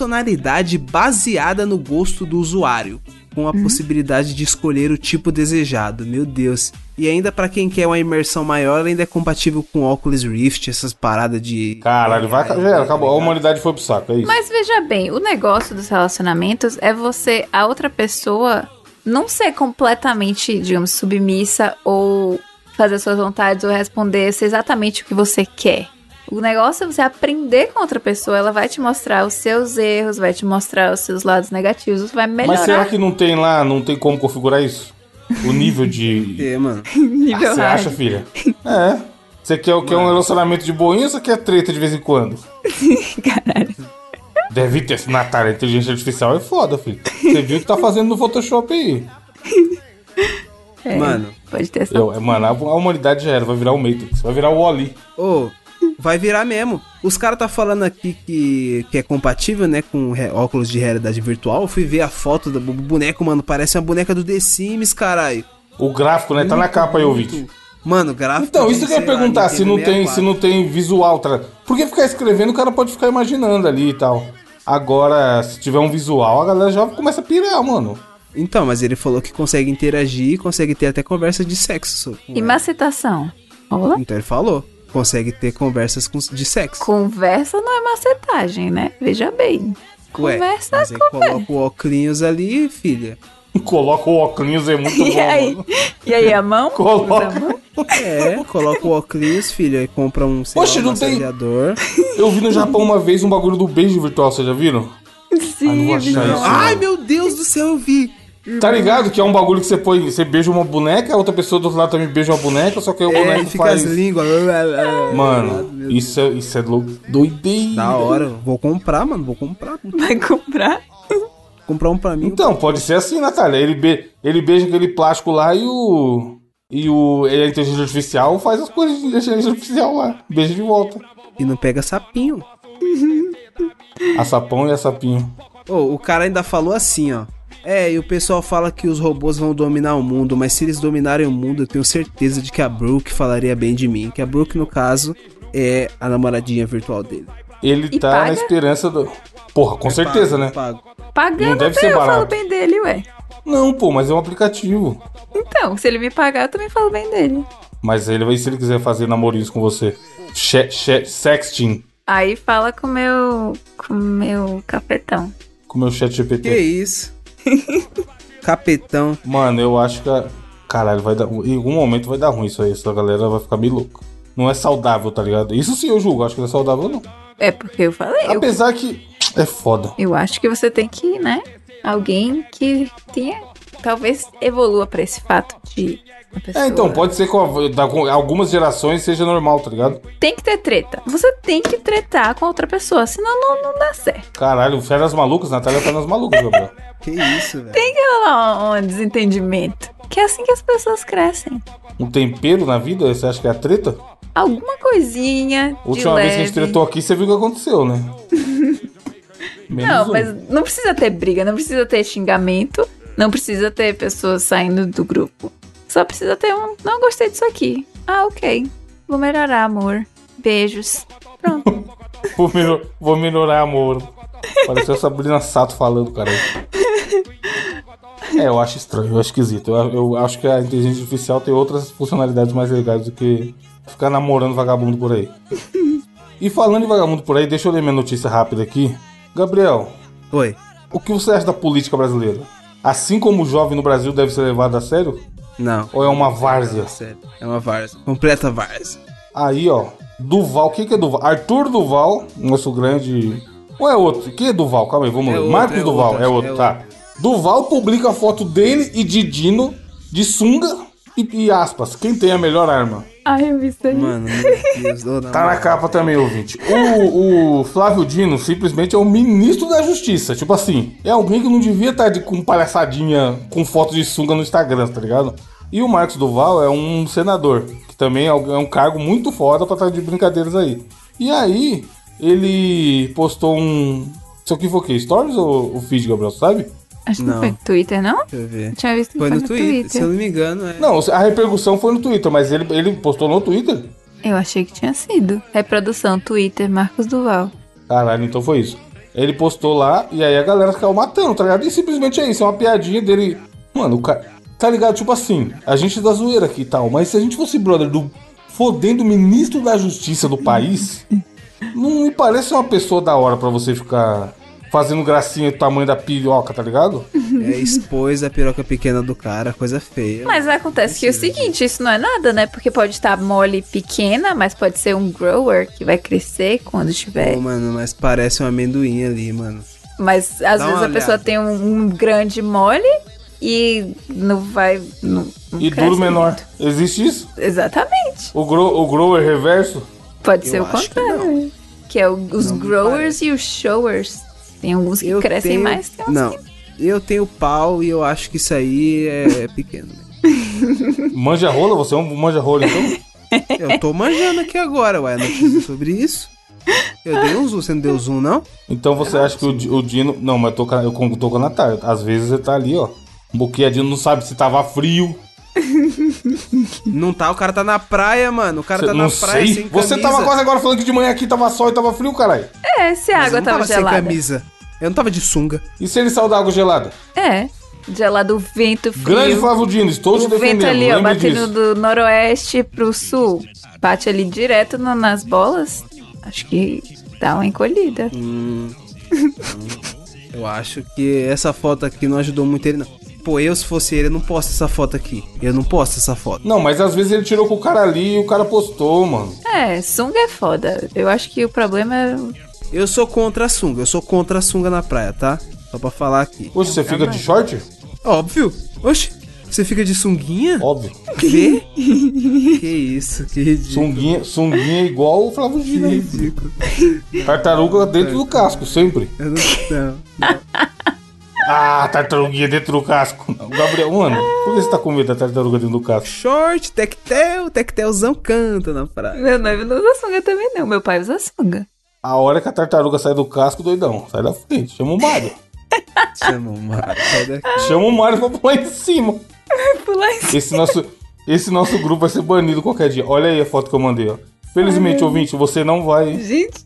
[SPEAKER 3] personalidade baseada no gosto do usuário, com a possibilidade de escolher o tipo desejado. Meu Deus. E ainda pra quem quer uma imersão maior, ela ainda é compatível com Oculus Rift, essas paradas de
[SPEAKER 1] Caralho, vai, já era, acabou, a
[SPEAKER 3] Obrigado.
[SPEAKER 1] humanidade foi pro saco, é isso.
[SPEAKER 2] Mas veja bem, o negócio dos relacionamentos é você, a outra pessoa, não ser completamente, digamos, submissa ou fazer suas vontades ou responder ser exatamente o que você quer. O negócio é você aprender com outra pessoa, ela vai te mostrar os seus erros, vai te mostrar os seus lados negativos, você vai
[SPEAKER 1] Mas será
[SPEAKER 2] melhorar
[SPEAKER 1] que não tem lá, não tem como configurar isso? O nível de...
[SPEAKER 3] É, mano.
[SPEAKER 2] o nível
[SPEAKER 1] Você
[SPEAKER 2] hard.
[SPEAKER 1] acha, filha? É. Você quer, quer um relacionamento de boinha ou você quer treta de vez em quando?
[SPEAKER 2] Caralho.
[SPEAKER 1] Deve ter, Natália, inteligência artificial é foda, filho. Você viu o que tá fazendo no Photoshop aí.
[SPEAKER 2] É,
[SPEAKER 3] Mano.
[SPEAKER 2] Pode ter essa.
[SPEAKER 1] Eu, é, mano, a, a humanidade já era, vai virar o Matrix, vai virar o Wall-E.
[SPEAKER 3] Ô, vai virar mesmo. Os caras tá falando aqui que, que é compatível, né, com re- óculos de realidade virtual. Eu fui ver a foto do bu- boneco, mano, parece uma boneca do The Sims, caralho.
[SPEAKER 1] O gráfico, né? Tá na capa aí, ouvinte.
[SPEAKER 3] Mano, gráfico.
[SPEAKER 1] Então, isso que eu ia
[SPEAKER 3] sei lá,
[SPEAKER 1] perguntar, se não,
[SPEAKER 3] Nintendo
[SPEAKER 1] tem, se
[SPEAKER 3] 64.
[SPEAKER 1] não tem visual. Tá? Porque ficar escrevendo, o cara pode ficar imaginando ali e tal. Agora, se tiver um visual, a galera já começa a pirar, mano.
[SPEAKER 3] Então, mas ele falou que consegue interagir e consegue ter até conversa de sexo.
[SPEAKER 2] E macetação? Rola?
[SPEAKER 3] é. Então ele falou, consegue ter conversas com- de sexo.
[SPEAKER 2] Conversa não é macetagem, né? Veja bem. Conversa
[SPEAKER 3] mas aí
[SPEAKER 2] é conversa.
[SPEAKER 3] coloca o óculos ali, filha.
[SPEAKER 1] Coloca o óculos, é muito
[SPEAKER 2] E
[SPEAKER 1] bom.
[SPEAKER 2] aí?
[SPEAKER 1] mano.
[SPEAKER 2] E aí, a mão?
[SPEAKER 1] Coloca.
[SPEAKER 2] Usa a mão?
[SPEAKER 3] É, coloca o óculos, filha, e compra um, sei
[SPEAKER 1] Poxa,
[SPEAKER 3] lá, um
[SPEAKER 1] não tem-
[SPEAKER 3] massageador.
[SPEAKER 1] Eu vi no Japão uma vez um bagulho do beijo virtual, vocês já viram? Ah, não
[SPEAKER 2] Sim,
[SPEAKER 1] vou achar
[SPEAKER 2] Bruno.
[SPEAKER 1] isso.
[SPEAKER 3] Ai, meu Deus do céu, eu vi.
[SPEAKER 1] Tá ligado? Que é um bagulho que você põe, você beija uma boneca, a outra pessoa do outro lado também beija uma boneca, só que aí o
[SPEAKER 3] É,
[SPEAKER 1] boneco
[SPEAKER 3] fica
[SPEAKER 1] faz.
[SPEAKER 3] as línguas.
[SPEAKER 1] Mano, isso é, isso é lou- doideira.
[SPEAKER 3] Da hora, vou comprar, mano, vou comprar.
[SPEAKER 2] vai comprar.
[SPEAKER 3] Comprar um pra mim.
[SPEAKER 1] Então, pode ser assim, Natália. Ele, be- ele beija aquele plástico lá e o. E o. E a inteligência artificial faz as coisas de inteligência artificial lá. Beija de volta.
[SPEAKER 3] E não pega sapinho.
[SPEAKER 1] A sapão e a sapinho.
[SPEAKER 3] Ô, o cara ainda falou assim, ó. É, e o pessoal fala que os robôs vão dominar o mundo, mas se eles dominarem o mundo, eu tenho certeza de que a Brooke falaria bem de mim. Que a Brooke, no caso, é a namoradinha virtual dele.
[SPEAKER 1] Ele
[SPEAKER 2] E
[SPEAKER 1] tá
[SPEAKER 2] paga?
[SPEAKER 1] na esperança do. Porra, com certeza, né?
[SPEAKER 3] Pago.
[SPEAKER 2] Pagando
[SPEAKER 1] Não deve
[SPEAKER 2] até
[SPEAKER 1] ser
[SPEAKER 2] eu falo
[SPEAKER 1] barato.
[SPEAKER 2] bem dele, ué.
[SPEAKER 1] Não, pô, mas é um aplicativo.
[SPEAKER 2] Então, se ele me pagar, eu também falo bem dele.
[SPEAKER 1] Mas ele vai, se ele quiser fazer namorinhos com você. Che, che, sexting.
[SPEAKER 2] Aí fala com meu. com meu cafetão.
[SPEAKER 1] Com o meu chat
[SPEAKER 3] Que
[SPEAKER 1] GPT.
[SPEAKER 3] isso? Capetão.
[SPEAKER 1] Mano, eu acho que. a- Caralho, vai dar. Em algum momento vai dar ruim isso aí. Essa galera vai ficar meio louca. Não é saudável, tá ligado? Isso sim eu julgo. Acho que não é saudável, não.
[SPEAKER 2] É porque eu falei. Eu,
[SPEAKER 1] Apesar que é foda.
[SPEAKER 2] eu acho que você tem que, né? Alguém que tenha. Talvez evolua pra esse fato de. uma pessoa-
[SPEAKER 1] É, então, pode ser que a- da- com algumas gerações seja normal, tá ligado?
[SPEAKER 2] Tem que ter treta. Você tem que tretar com outra pessoa, senão não, não dá certo.
[SPEAKER 1] Caralho, Feras Malucas, Natália Feras Malucas, Gabriel.
[SPEAKER 3] Que isso, velho.
[SPEAKER 2] Sei lá, um desentendimento. Que é assim que as pessoas crescem.
[SPEAKER 1] Um tempero na vida, você acha que é a treta?
[SPEAKER 2] alguma coisinha de
[SPEAKER 1] Última
[SPEAKER 2] leve.
[SPEAKER 1] vez que a gente tretou aqui, você viu o que aconteceu, né? Menos
[SPEAKER 2] não,
[SPEAKER 1] um.
[SPEAKER 2] mas não precisa ter briga, não precisa ter xingamento, não precisa ter pessoas saindo do grupo. Só precisa ter um. Não gostei disso aqui. Ah, ok. Vou melhorar, amor. Beijos. Pronto.
[SPEAKER 1] Vou, melhor- vou melhorar, amor. Pareceu a Sabrina Sato falando, cara. É, eu acho estranho, eu acho esquisito. Eu, eu acho que a inteligência artificial tem outras funcionalidades mais legais do que ficar namorando vagabundo por aí. E falando em vagabundo por aí, deixa eu ler minha notícia rápida aqui. Gabriel,
[SPEAKER 3] Oi.
[SPEAKER 1] o que você acha da política brasileira? Assim como o jovem no Brasil deve ser levado a sério?
[SPEAKER 3] Não.
[SPEAKER 1] Ou é uma várzea?
[SPEAKER 3] Sério. É uma várzea. Completa várzea.
[SPEAKER 1] Aí, ó. Duval, quem que é Duval? Arthur Duval, nosso grande. Ou é outro? Quem é Duval? Calma aí, vamos
[SPEAKER 3] É
[SPEAKER 1] ver.
[SPEAKER 3] outro,
[SPEAKER 1] Marcos
[SPEAKER 3] é
[SPEAKER 1] Duval,
[SPEAKER 3] outro,
[SPEAKER 1] é
[SPEAKER 3] acho
[SPEAKER 1] outro,
[SPEAKER 3] que é
[SPEAKER 1] tá. Duval publica a foto dele e de Dino de sunga e, e aspas. Quem tem a melhor arma?
[SPEAKER 2] Ai, eu vi isso aí.
[SPEAKER 3] Mano, meu Deus. ô, na
[SPEAKER 1] Tá na
[SPEAKER 3] moral.
[SPEAKER 1] capa também, ouvinte. O, o Flávio Dino simplesmente é o ministro da justiça. Tipo assim, é alguém que não devia estar de, com palhaçadinha com foto de sunga no Instagram, tá ligado? E o Marcos Duval é um senador, que também é um é um cargo muito foda pra estar de brincadeiras aí. E aí, ele postou um. Isso aqui foi o quê? Stories ou o feed, Gabriel, sabe?
[SPEAKER 2] Acho que não
[SPEAKER 3] Não.
[SPEAKER 2] foi no Twitter, não?
[SPEAKER 3] Deixa eu ver.
[SPEAKER 2] Eu tinha visto que
[SPEAKER 3] Foi Tá no Twitter. Se eu não me engano, é.
[SPEAKER 1] Não, a repercussão foi no Twitter, mas ele, ele postou no Twitter.
[SPEAKER 2] Eu achei que tinha sido. Reprodução, Twitter, Marcos Duval.
[SPEAKER 1] Caralho, então foi isso. Ele postou lá e aí a galera ficava matando, tá ligado? E simplesmente é isso, é uma piadinha dele. Mano, o cara. Tá ligado? Tipo assim, a gente é da zoeira aqui e tal, mas se a gente fosse brother do fodendo ministro da justiça do país, não me parece uma pessoa da hora pra você ficar fazendo gracinha do tamanho da piroca, tá ligado?
[SPEAKER 3] É, expôs a piroca pequena do cara, coisa feia.
[SPEAKER 2] Mas acontece que é o seguinte, isso não é nada, né? Porque pode estar mole e pequena, mas pode ser um grower que vai crescer quando tiver.
[SPEAKER 3] Pô, mano, mas parece um amendoim ali, mano.
[SPEAKER 2] Mas às
[SPEAKER 3] Dá
[SPEAKER 2] vezes
[SPEAKER 3] uma
[SPEAKER 2] a pessoa
[SPEAKER 3] olhada.
[SPEAKER 2] tem um, um grande mole e não vai. Não, não
[SPEAKER 1] E
[SPEAKER 2] cresce
[SPEAKER 1] duro menor.
[SPEAKER 2] muito.
[SPEAKER 1] Existe isso?
[SPEAKER 2] Exatamente.
[SPEAKER 1] O, gro o grower reverso?
[SPEAKER 2] Pode
[SPEAKER 3] Eu
[SPEAKER 2] ser o
[SPEAKER 3] acho que
[SPEAKER 2] contrário. Que, é o- os
[SPEAKER 3] Não me
[SPEAKER 2] growers e os showers. Tem alguns que crescem
[SPEAKER 3] tenho-
[SPEAKER 2] mais, tem uns
[SPEAKER 3] Não. Eu tenho pau e eu acho que isso aí é pequeno.
[SPEAKER 1] Manja rola? Você é um manja rola, então?
[SPEAKER 3] Eu tô manjando aqui agora, ué. Notícia sobre isso. Eu dei um zoom, você não deu zoom, não?
[SPEAKER 1] Então você acha que o, Di- o Dino. Não, mas eu tô, com a- eu con- tô com a Natália. Às vezes você tá ali, ó. Boqueadinho não sabe se tava frio.
[SPEAKER 3] Não tá, o cara tá na praia, mano. O cara
[SPEAKER 1] Cê-
[SPEAKER 3] tá
[SPEAKER 1] não
[SPEAKER 3] na praia
[SPEAKER 1] sei.
[SPEAKER 3] sem
[SPEAKER 1] você
[SPEAKER 3] camisa.
[SPEAKER 1] tava quase agora falando que de manhã aqui tava sol e tava frio, caralho.
[SPEAKER 2] que- É, se a
[SPEAKER 3] Mas eu
[SPEAKER 2] água
[SPEAKER 3] não
[SPEAKER 2] tava, gelada.
[SPEAKER 3] sem camisa. Eu não tava de sunga.
[SPEAKER 1] E se ele saiu da água gelada?
[SPEAKER 2] É. Gelado o vento frio.
[SPEAKER 1] Grande Flávio Dino, estou te
[SPEAKER 2] o
[SPEAKER 1] defendendo.
[SPEAKER 2] vento ali, ó,
[SPEAKER 1] lembre
[SPEAKER 2] batendo
[SPEAKER 1] disso.
[SPEAKER 2] do noroeste pro sul. Bate ali direto na- nas bolas. Acho que dá uma encolhida.
[SPEAKER 3] Hum. Eu acho que essa foto aqui não ajudou muito ele, não. Pô, eu se fosse ele, eu não posto essa foto aqui. Eu não posto essa foto.
[SPEAKER 1] Não, mas às vezes ele tirou com o cara ali e o cara postou, mano.
[SPEAKER 2] É, sunga é foda. Eu acho que o problema é.
[SPEAKER 3] Eu sou contra a sunga. Eu sou contra a sunga na praia, tá? Só pra falar aqui.
[SPEAKER 1] Poxa, você fica de short?
[SPEAKER 3] Óbvio. Oxi, você fica de sunguinha?
[SPEAKER 1] Óbvio.
[SPEAKER 3] Quê? que isso, que ridículo.
[SPEAKER 1] Sunguinha, sunguinha é igual o Flávio
[SPEAKER 3] Que
[SPEAKER 1] Dino. aí.
[SPEAKER 3] ridículo. É
[SPEAKER 1] Tartaruga dentro do casco, sempre.
[SPEAKER 3] Eu não,
[SPEAKER 1] Ah, tartaruguinha dentro do casco. Gabriel, mano, por que você tá com medo da tartaruga dentro do casco?
[SPEAKER 3] Short, tectel, tectelzão canta na praia.
[SPEAKER 2] Meu noivo não usa sunga também, não. Meu pai usa sunga.
[SPEAKER 1] A hora que a tartaruga sai do casco, doidão. Sai da frente. Chama o Mario. é
[SPEAKER 3] Chama o Mário, sai daqui.
[SPEAKER 1] Chama o Mario pra pular em cima.
[SPEAKER 2] Pula em cima.
[SPEAKER 1] Esse nosso, esse nosso grupo vai ser banido qualquer dia. Olha aí a foto que eu mandei, ó. Felizmente, ouvinte, você não vai
[SPEAKER 2] Gente.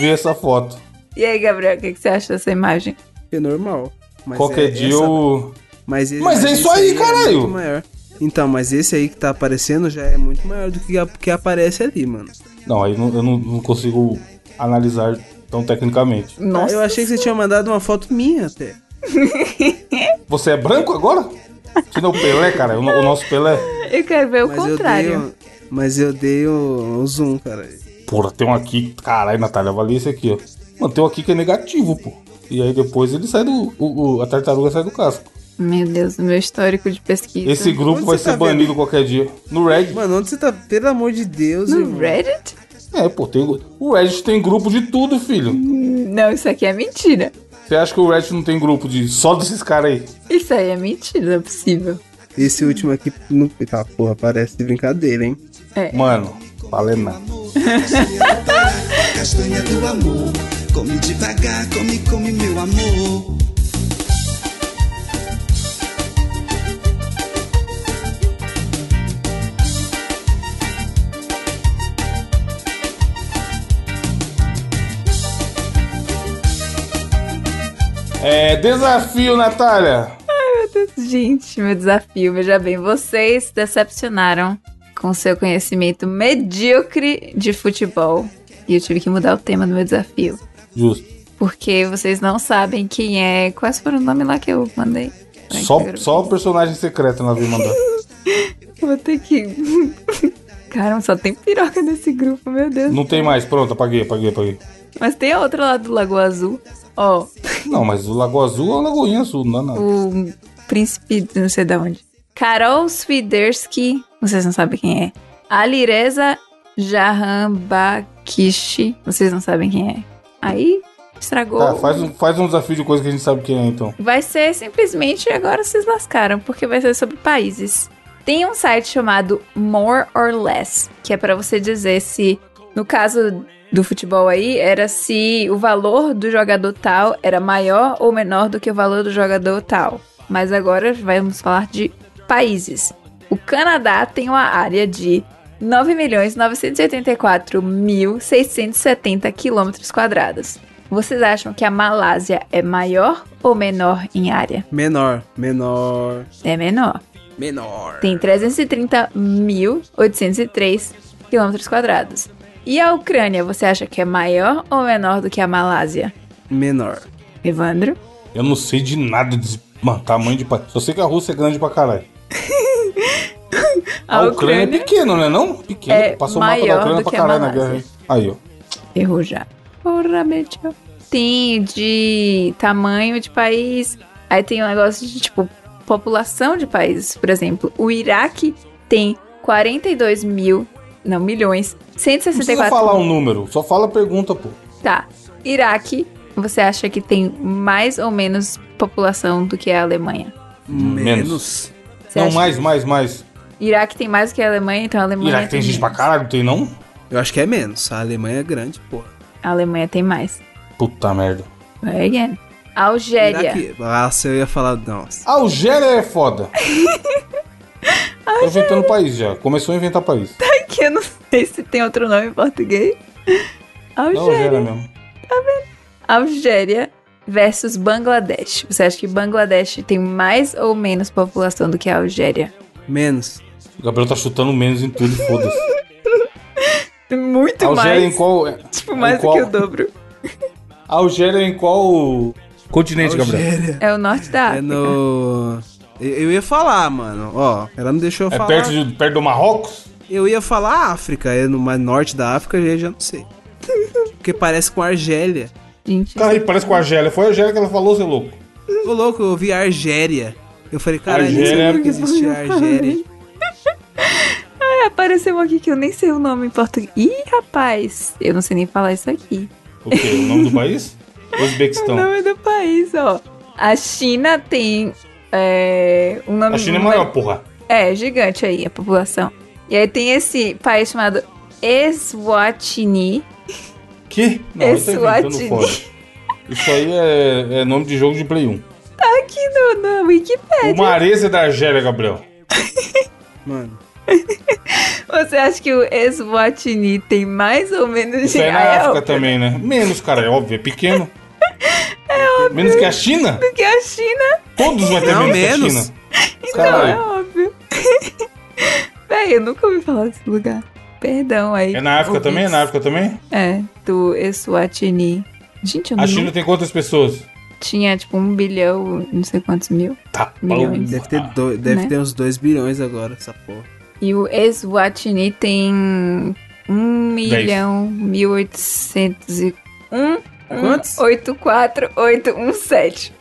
[SPEAKER 1] ver essa foto.
[SPEAKER 2] E aí, Gabriel, o que, que você acha dessa imagem?
[SPEAKER 3] É normal. Mas
[SPEAKER 1] qualquer
[SPEAKER 3] é
[SPEAKER 1] dia
[SPEAKER 3] essa-
[SPEAKER 1] eu.
[SPEAKER 3] Mas, esse-
[SPEAKER 1] Mas é isso
[SPEAKER 3] esse
[SPEAKER 1] aí,
[SPEAKER 3] é
[SPEAKER 1] caralho!
[SPEAKER 3] muito maior. Então, mas esse aí que tá aparecendo já é muito maior do que a- que aparece ali, mano.
[SPEAKER 1] Não, aí não- eu não, não consigo analisar tão tecnicamente.
[SPEAKER 2] Nossa.
[SPEAKER 3] Eu achei que você tinha mandado uma foto minha até.
[SPEAKER 1] Você é branco agora? Você não é o Pelé, cara? O, no- o nosso Pelé.
[SPEAKER 2] Eu quero ver o
[SPEAKER 3] mas
[SPEAKER 2] contrário.
[SPEAKER 3] eu dei, o- mas eu dei o, o zoom, cara.
[SPEAKER 1] Porra, tem um aqui. Caralho, Natália, avalia esse aqui, ó. Mano, tem um aqui que é negativo, pô. E aí depois ele sai do. o- o- a tartaruga sai do casco.
[SPEAKER 3] um-
[SPEAKER 2] Meu Deus, o meu histórico de pesquisa.
[SPEAKER 1] Esse grupo
[SPEAKER 3] Onde
[SPEAKER 1] vai
[SPEAKER 3] você
[SPEAKER 1] ser
[SPEAKER 3] tá
[SPEAKER 1] banido qualquer dia. No Reddit.
[SPEAKER 3] Mano, onde você tá? Pelo amor de Deus,
[SPEAKER 2] No
[SPEAKER 3] irmão.
[SPEAKER 2] Reddit?
[SPEAKER 1] É, pô, tem, o Reddit tem grupo de tudo, filho.
[SPEAKER 2] Não, isso aqui é mentira.
[SPEAKER 1] Você acha que o Reddit não tem grupo de só desses caras aí?
[SPEAKER 2] Isso aí é mentira, não é possível.
[SPEAKER 3] Esse último aqui. Não... Tá, porra, parece de brincadeira, hein?
[SPEAKER 2] É.
[SPEAKER 1] Mano, valendo nada.
[SPEAKER 4] Castanha do amor, Come devagar, come, come, meu amor.
[SPEAKER 1] É, desafio, Natália.
[SPEAKER 2] Gente, meu desafio, veja bem, vocês decepcionaram com seu conhecimento medíocre de futebol. E eu tive que mudar o tema do meu desafio.
[SPEAKER 1] Justo.
[SPEAKER 2] Porque vocês não sabem quem é. Quais foram os nomes lá que eu mandei? Peraí,
[SPEAKER 1] Só,
[SPEAKER 2] que eu-
[SPEAKER 1] só o personagem secreto nós vamos mandar.
[SPEAKER 2] Vou ter que. Caramba, só tem piroca nesse grupo, meu Deus.
[SPEAKER 1] Não tem mais, pronto, apaguei, apaguei, apaguei.
[SPEAKER 2] Mas tem a outra lá do Lago Azul. Ó,
[SPEAKER 1] Não, mas o Lagoa Azul é o Lagoinha Azul, não é nada.
[SPEAKER 2] o príncipe de não sei de onde. Karol Swiderski, vocês não sabem quem é. Alireza Jahanbakishi, vocês não sabem quem é. Aí estragou.
[SPEAKER 1] Tá, faz um, faz um desafio de coisa que a gente sabe quem é, então.
[SPEAKER 2] Vai ser simplesmente agora vocês lascaram, porque vai ser sobre países. Tem um site chamado More or Less, que é pra você dizer se, no caso do futebol aí, era se o valor do jogador tal era maior ou menor do que o valor do jogador tal. Mas agora vamos falar de países. O Canadá tem uma área de 9.984.670 quilômetros quadrados. Vocês acham que a Malásia é maior ou menor em área?
[SPEAKER 3] Menor, menor,
[SPEAKER 2] É menor.
[SPEAKER 3] menor.
[SPEAKER 2] Tem 330.803 quilômetros quadrados. E a Ucrânia, você acha que é maior ou menor do que a Malásia?
[SPEAKER 3] Menor.
[SPEAKER 2] Evandro?
[SPEAKER 1] Eu não sei de nada de mano, tamanho de país. Só sei que a Rússia é grande pra caralho. A, Ucrânia, é pequena, não é não? Pequena.
[SPEAKER 2] é
[SPEAKER 1] Passou o mapa da
[SPEAKER 2] maior
[SPEAKER 1] Ucrânia
[SPEAKER 2] do
[SPEAKER 1] pra
[SPEAKER 2] que a
[SPEAKER 1] caralho na
[SPEAKER 2] Malásia.
[SPEAKER 1] guerra. hein? Aí, ó.
[SPEAKER 2] Errou já. Porra, Betinho. Tem de tamanho de país. Aí tem um negócio de, tipo, população de países. Por exemplo, o Iraque tem 42 mil. Não, milhões.
[SPEAKER 1] Não precisa
[SPEAKER 2] 164
[SPEAKER 1] falar um número, só fala a pergunta, pô.
[SPEAKER 2] Tá. Iraque, você acha que tem mais ou menos população do que a Alemanha?
[SPEAKER 1] Menos.
[SPEAKER 3] Menos.
[SPEAKER 2] Você
[SPEAKER 1] não,
[SPEAKER 2] acha
[SPEAKER 1] mais, mais, mais.
[SPEAKER 2] que Iraque tem mais do que a Alemanha, então a Alemanha.
[SPEAKER 1] Iraque tem gente pra
[SPEAKER 2] menos.
[SPEAKER 1] caralho, tem não?
[SPEAKER 3] Eu acho que é menos. A Alemanha é grande, porra.
[SPEAKER 2] A Alemanha tem mais.
[SPEAKER 1] Puta merda.
[SPEAKER 2] Vai again. Algéria.
[SPEAKER 3] Iraque- Nossa, Ah, eu ia falar. Nossa.
[SPEAKER 1] Algéria é foda. Tô inventando país já. Começou a inventar país.
[SPEAKER 2] que eu não sei se tem outro nome em português.
[SPEAKER 1] Não,
[SPEAKER 2] Algéria.
[SPEAKER 1] Algéria mesmo.
[SPEAKER 2] Algéria versus Bangladesh. Você acha que Bangladesh tem mais ou menos população do que a Algéria?
[SPEAKER 3] Menos.
[SPEAKER 1] O Gabriel tá chutando menos em tudo, foda-se.
[SPEAKER 2] Muito
[SPEAKER 1] Algéria em
[SPEAKER 2] mais.
[SPEAKER 1] qual.
[SPEAKER 2] Tipo, mais
[SPEAKER 1] em
[SPEAKER 2] do
[SPEAKER 1] qual,
[SPEAKER 2] que o dobro.
[SPEAKER 1] Algéria em qual continente, Gabriel?
[SPEAKER 3] Algéria.
[SPEAKER 2] É o norte da África.
[SPEAKER 3] É no. Eu eu ia falar, mano. Ó, ela não deixou eu
[SPEAKER 1] É
[SPEAKER 3] falar.
[SPEAKER 1] perto, de, perto do Marrocos?
[SPEAKER 3] Eu ia falar África, é no mais norte da África, eu já não sei. Porque parece com Argélia.
[SPEAKER 2] Gente,
[SPEAKER 1] Cara, aí parece com a Argélia. Foi a Argélia que ela falou, seu louco.
[SPEAKER 3] Ô, louco, eu vi Argéria. Eu falei, cara, nem
[SPEAKER 1] Argélia. é
[SPEAKER 3] sabia que existia é Argélia.
[SPEAKER 1] né?
[SPEAKER 2] apareceu um aqui que eu nem sei o nome em português. Ih, rapaz, eu não sei nem falar isso aqui.
[SPEAKER 1] O quê? O nome do país?
[SPEAKER 2] O
[SPEAKER 1] Uzbequistão.
[SPEAKER 2] nome do país, ó. A China tem é, um nome
[SPEAKER 1] A China é maior, porra.
[SPEAKER 2] É, gigante aí a população. E aí tem esse país chamado Eswatini.
[SPEAKER 1] Que? Não, eu tô inventando
[SPEAKER 2] Eswatini.
[SPEAKER 1] foda. Isso aí é, é nome de jogo de Play 1.
[SPEAKER 2] Aqui no, na Wikipedia.
[SPEAKER 1] O Marese da Argélia, Gabriel.
[SPEAKER 3] Mano,
[SPEAKER 2] Você acha que o Eswatini tem mais ou menos
[SPEAKER 1] Isso aí é na
[SPEAKER 2] Ah, é
[SPEAKER 1] África
[SPEAKER 2] óbvio
[SPEAKER 1] também, né? Menos, cara, é óbvio, é pequeno.
[SPEAKER 2] É
[SPEAKER 1] Menos que a China?
[SPEAKER 2] que a China.
[SPEAKER 1] Todos vão ter
[SPEAKER 3] Não,
[SPEAKER 1] menos,
[SPEAKER 3] menos.
[SPEAKER 1] que a China.
[SPEAKER 2] Não, é
[SPEAKER 1] Caralho.
[SPEAKER 2] óbvio. Véi, eu nunca ouvi falar desse lugar. Perdão aí.
[SPEAKER 1] É na África também? É na África também?
[SPEAKER 2] É, do Eswatini. Gente, eu
[SPEAKER 1] A
[SPEAKER 2] não
[SPEAKER 1] China tem quantas pessoas?
[SPEAKER 2] tinha tipo um bilhão, não sei quantos mil.
[SPEAKER 1] Tá, porra.
[SPEAKER 2] Milhões.
[SPEAKER 3] deve ter, dois, deve
[SPEAKER 2] Né?
[SPEAKER 3] ter uns 2 bilhões agora, essa porra.
[SPEAKER 2] E o Eswatini tem 1 milhão 1801
[SPEAKER 3] Quantos?
[SPEAKER 2] 84817.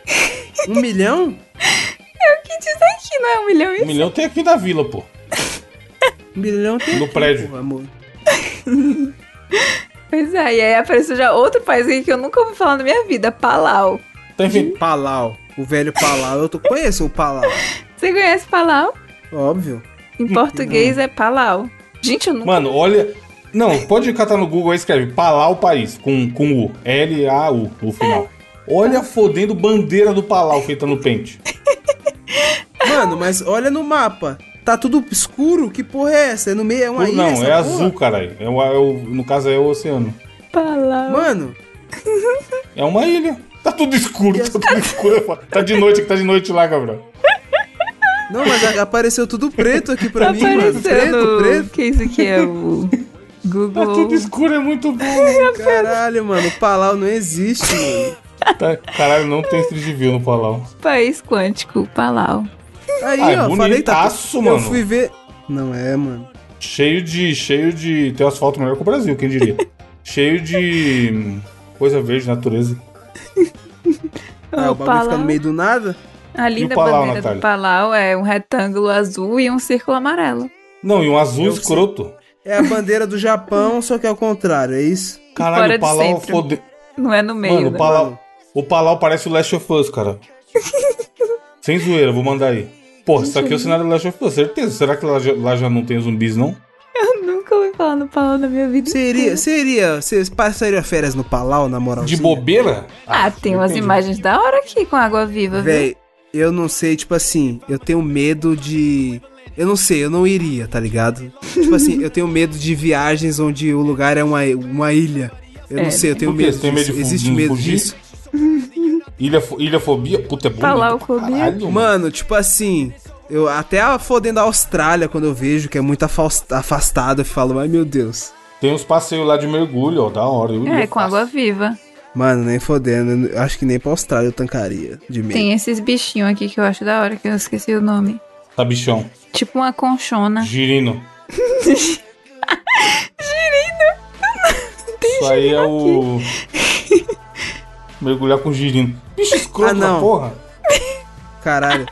[SPEAKER 3] Um milhão?
[SPEAKER 2] Que diz aqui, não é um milhão
[SPEAKER 1] Um
[SPEAKER 2] e...
[SPEAKER 1] milhão tem aqui na vila, pô.
[SPEAKER 3] Um milhão tem.
[SPEAKER 1] No
[SPEAKER 3] aqui,
[SPEAKER 1] prédio.
[SPEAKER 3] porra, amor.
[SPEAKER 2] Pois é, e aí apareceu já outro país aqui que eu nunca ouvi falar na minha vida, Palau.
[SPEAKER 1] Tá enfim.
[SPEAKER 3] Palau. O velho Palau. Eu tô, conheço o Palau.
[SPEAKER 2] Você conhece Palau?
[SPEAKER 3] Óbvio.
[SPEAKER 2] Em português é Palau. Gente, eu nunca...
[SPEAKER 1] Mano, olha. Não, pode catar no Google e escreve Palau País, com, com U. L-A-U no final.
[SPEAKER 3] É.
[SPEAKER 1] Olha a fodendo bandeira do Palau feita no pente.
[SPEAKER 3] Mano, mas olha no mapa. Tá tudo escuro? Que porra é essa? É no meio, é uma ilha
[SPEAKER 1] não,
[SPEAKER 3] essa
[SPEAKER 1] é
[SPEAKER 3] porra?
[SPEAKER 1] azul, caralho. É o, é o- no caso é o oceano.
[SPEAKER 2] Palau.
[SPEAKER 3] Mano,
[SPEAKER 1] É uma ilha. Tá tudo escuro, tá tudo escuro. Eu falo, Tá de noite, tá de noite lá, Gabriel.
[SPEAKER 3] não, mas a- apareceu tudo preto aqui pra
[SPEAKER 2] Tá
[SPEAKER 3] mim, mano. Preto,
[SPEAKER 2] aparecendo.
[SPEAKER 3] preto.
[SPEAKER 2] Que isso aqui é o
[SPEAKER 1] Tá tudo
[SPEAKER 2] Google.
[SPEAKER 1] escuro, é muito bom. mano.
[SPEAKER 3] Caralho, mano, o Palau não existe, mano.
[SPEAKER 1] Tá- caralho, não tem Street View no Palau.
[SPEAKER 2] País quântico, Palau.
[SPEAKER 3] Aí,
[SPEAKER 1] Ah, é
[SPEAKER 3] ó, falei, tá.
[SPEAKER 1] bonitaço,
[SPEAKER 3] Eu
[SPEAKER 1] mano.
[SPEAKER 3] fui ver. Não é, mano.
[SPEAKER 1] Cheio de. Cheio de. Tem asfalto melhor que o Brasil, quem diria? cheio de. hum, Coisa verde, natureza.
[SPEAKER 3] Ah, o bagulho fica no meio do nada.
[SPEAKER 2] A linda
[SPEAKER 1] Palau,
[SPEAKER 2] bandeira
[SPEAKER 1] Natália?
[SPEAKER 2] do Palau é um retângulo azul e um círculo amarelo.
[SPEAKER 1] Não, e um azul
[SPEAKER 3] Eu sei.
[SPEAKER 1] escroto.
[SPEAKER 3] É a bandeira do Japão, só que é o contrário, é isso?
[SPEAKER 1] Caralho,
[SPEAKER 2] Fora
[SPEAKER 1] o
[SPEAKER 2] de
[SPEAKER 1] Palau
[SPEAKER 2] centro.
[SPEAKER 1] fode...
[SPEAKER 2] Não é no meio,
[SPEAKER 1] Mano, o
[SPEAKER 2] né?
[SPEAKER 1] Palau, o Palau parece o Last of Us, cara. Sem zoeira, vou mandar aí. Porra, isso aqui é o cenário do Last of Us, certeza. Será que lá já, lá já não tem zumbis, não?
[SPEAKER 2] Eu nunca ouvi falar no Palau na minha vida.
[SPEAKER 3] Seria, seria, vocês passaria férias no Palau, na moral?
[SPEAKER 1] De bobeira?
[SPEAKER 2] Ah, tem umas
[SPEAKER 1] entendi.
[SPEAKER 2] imagens da hora aqui com água viva, viu?
[SPEAKER 3] Véi, eu não sei, tipo assim, eu tenho medo de. Eu não sei, eu não iria, tá ligado? tipo assim, eu tenho medo de viagens onde o lugar é uma, uma ilha. Eu
[SPEAKER 2] É.
[SPEAKER 3] não sei, eu tenho
[SPEAKER 1] Por quê?
[SPEAKER 3] medo
[SPEAKER 1] Você tem medo
[SPEAKER 3] disso.
[SPEAKER 1] de fu-
[SPEAKER 3] Existe
[SPEAKER 1] de
[SPEAKER 3] medo
[SPEAKER 1] fugir?
[SPEAKER 3] disso?
[SPEAKER 1] Ilha, ilhafobia? Puta, é bonito.
[SPEAKER 2] Palaufobia?
[SPEAKER 1] pra Caralho, mano.
[SPEAKER 3] Mano, tipo assim, eu até a fodendo a Austrália quando eu vejo que é muito afaus- afastado, eu falo, ai meu Deus.
[SPEAKER 1] Tem uns passeios lá de mergulho, ó, da hora. Eu,
[SPEAKER 2] É,
[SPEAKER 1] eu
[SPEAKER 2] com
[SPEAKER 1] faço.
[SPEAKER 2] água viva.
[SPEAKER 3] Mano, nem fodendo, eu acho que nem pra Austrália eu tancaria de medo.
[SPEAKER 2] Tem esses bichinhos aqui que eu acho da hora, que eu esqueci o nome.
[SPEAKER 1] Tá, bichão.
[SPEAKER 2] Tipo uma conchona.
[SPEAKER 1] Girino. Isso aí é o. Mergulhar com girino. Bicho escroto
[SPEAKER 3] Ah,
[SPEAKER 1] da
[SPEAKER 3] não.
[SPEAKER 1] porra.
[SPEAKER 3] Caralho.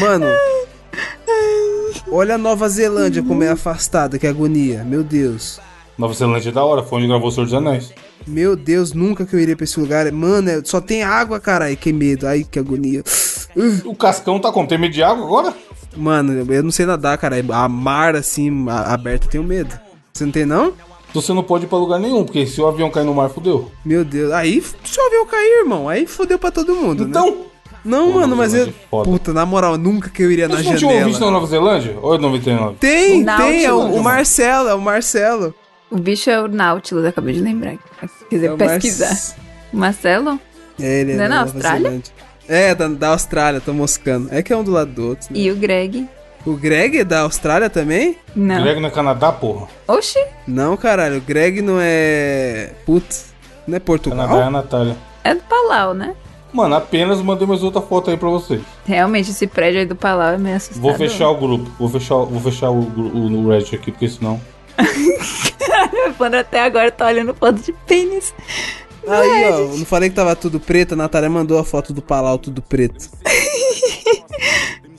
[SPEAKER 3] Mano. Olha a Nova Zelândia como é afastada, que agonia. Meu Deus.
[SPEAKER 1] Nova Zelândia é da hora, foi onde gravou o Senhor dos Anéis.
[SPEAKER 3] Meu Deus, nunca que eu iria pra esse lugar. Mano, é- só tem água, caralho. Que medo. Ai, que agonia. Uh,
[SPEAKER 1] O Cascão tá com Tem medo de água agora?
[SPEAKER 3] Mano, eu não sei nadar, caralho. A mar, assim, a- aberta, eu tenho medo. Você não tem, não?
[SPEAKER 1] Então Você não pode ir pra lugar nenhum, porque se o avião cair no mar, fudeu.
[SPEAKER 3] Meu Deus. Aí, f- se o avião cair, irmão. Aí fodeu pra todo mundo, né?
[SPEAKER 1] Então,
[SPEAKER 3] Não,
[SPEAKER 1] Pô,
[SPEAKER 3] mano, mas eu...
[SPEAKER 1] Zelândia é foda.
[SPEAKER 3] Puta, na moral, nunca que eu iria é na
[SPEAKER 1] você não tinha um ouvinte na
[SPEAKER 3] janela.
[SPEAKER 1] Nova Zelândia? Ou é 99?
[SPEAKER 3] Tem,
[SPEAKER 2] Náutico.
[SPEAKER 3] tem. É o,
[SPEAKER 1] Mano.
[SPEAKER 3] o Marcelo, é o Marcelo.
[SPEAKER 2] O bicho é o Nautilus, acabei de lembrar. Se
[SPEAKER 3] É
[SPEAKER 2] quiser
[SPEAKER 3] o
[SPEAKER 2] pesquisar.
[SPEAKER 3] Marce-
[SPEAKER 2] Marcelo?
[SPEAKER 3] É, ele é
[SPEAKER 2] Não é
[SPEAKER 3] da
[SPEAKER 2] na
[SPEAKER 3] Nova
[SPEAKER 2] Austrália?
[SPEAKER 3] Zelândia. É, da, da Austrália, tô moscando. É que é um do lado do outro. né?
[SPEAKER 2] E o Greg?
[SPEAKER 3] O Greg é da Austrália também?
[SPEAKER 2] Não.
[SPEAKER 1] Greg no Canadá, porra.
[SPEAKER 2] Oxi,
[SPEAKER 3] Não, caralho, o Greg não é. Putz, não é Portugal?
[SPEAKER 1] Canadá é a Natália.
[SPEAKER 2] é do Palau, né?
[SPEAKER 1] Mano, apenas mandei mais outra foto aí pra vocês.
[SPEAKER 2] Realmente, esse prédio aí do Palau é meio assustador.
[SPEAKER 1] Vou fechar o grupo. Vou fechar, vou fechar o, gru- o, o Reddit aqui, porque senão.
[SPEAKER 2] O Evandro até agora tá olhando foto de pênis.
[SPEAKER 3] Aí,
[SPEAKER 2] É,
[SPEAKER 3] ó, eu não falei que tava tudo preto, a Natália mandou a foto do Palau tudo preto.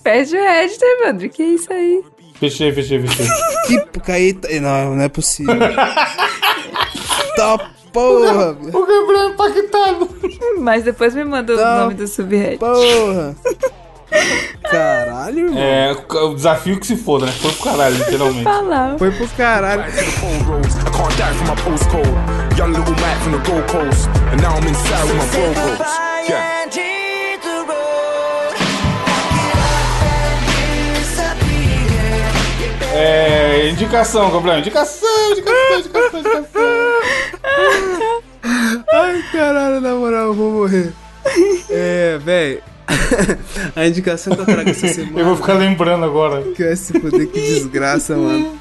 [SPEAKER 2] Perde o Reddit, Evandro. Que é isso aí?
[SPEAKER 1] Fechei, fechei, fechei.
[SPEAKER 3] Que p- aí. t- Não, não é possível. tá porra, meu-
[SPEAKER 1] o Gabriel impactado.
[SPEAKER 2] Mas depois me manda
[SPEAKER 3] Não.
[SPEAKER 2] o nome do subreddit.
[SPEAKER 3] porra. Caralho, irmão.
[SPEAKER 1] É, o desafio que se foda, né? Foi pro caralho, literalmente.
[SPEAKER 2] Palau.
[SPEAKER 3] Foi pro caralho.
[SPEAKER 5] Back to the phone rolls. I can't die from my postcode. Young little Mac from the Gold Coast. And now I'm inside with my bro bros. Yeah.
[SPEAKER 1] É, indicação, Gabriel. Indicação, indicação, indicação, indicação.
[SPEAKER 3] Ai, caralho, na moral, eu vou morrer. É, véi. A indicação que eu trago essa
[SPEAKER 1] Eu
[SPEAKER 3] semana
[SPEAKER 1] vou ficar lembrando agora.
[SPEAKER 3] que vai se poder, que desgraça, mano.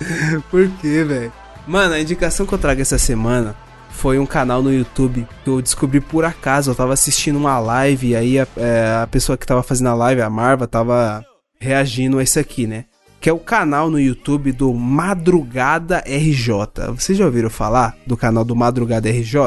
[SPEAKER 3] Por quê, velho? Mano, a indicação que eu trago essa semana foi um canal no YouTube que eu descobri por acaso. Eu tava assistindo uma live e aí a, é, a pessoa que tava fazendo a live, a Marva, tava reagindo a isso aqui, né? Que é o canal no YouTube do Madrugada RJ. Vocês já ouviram falar do canal do Madrugada RJ?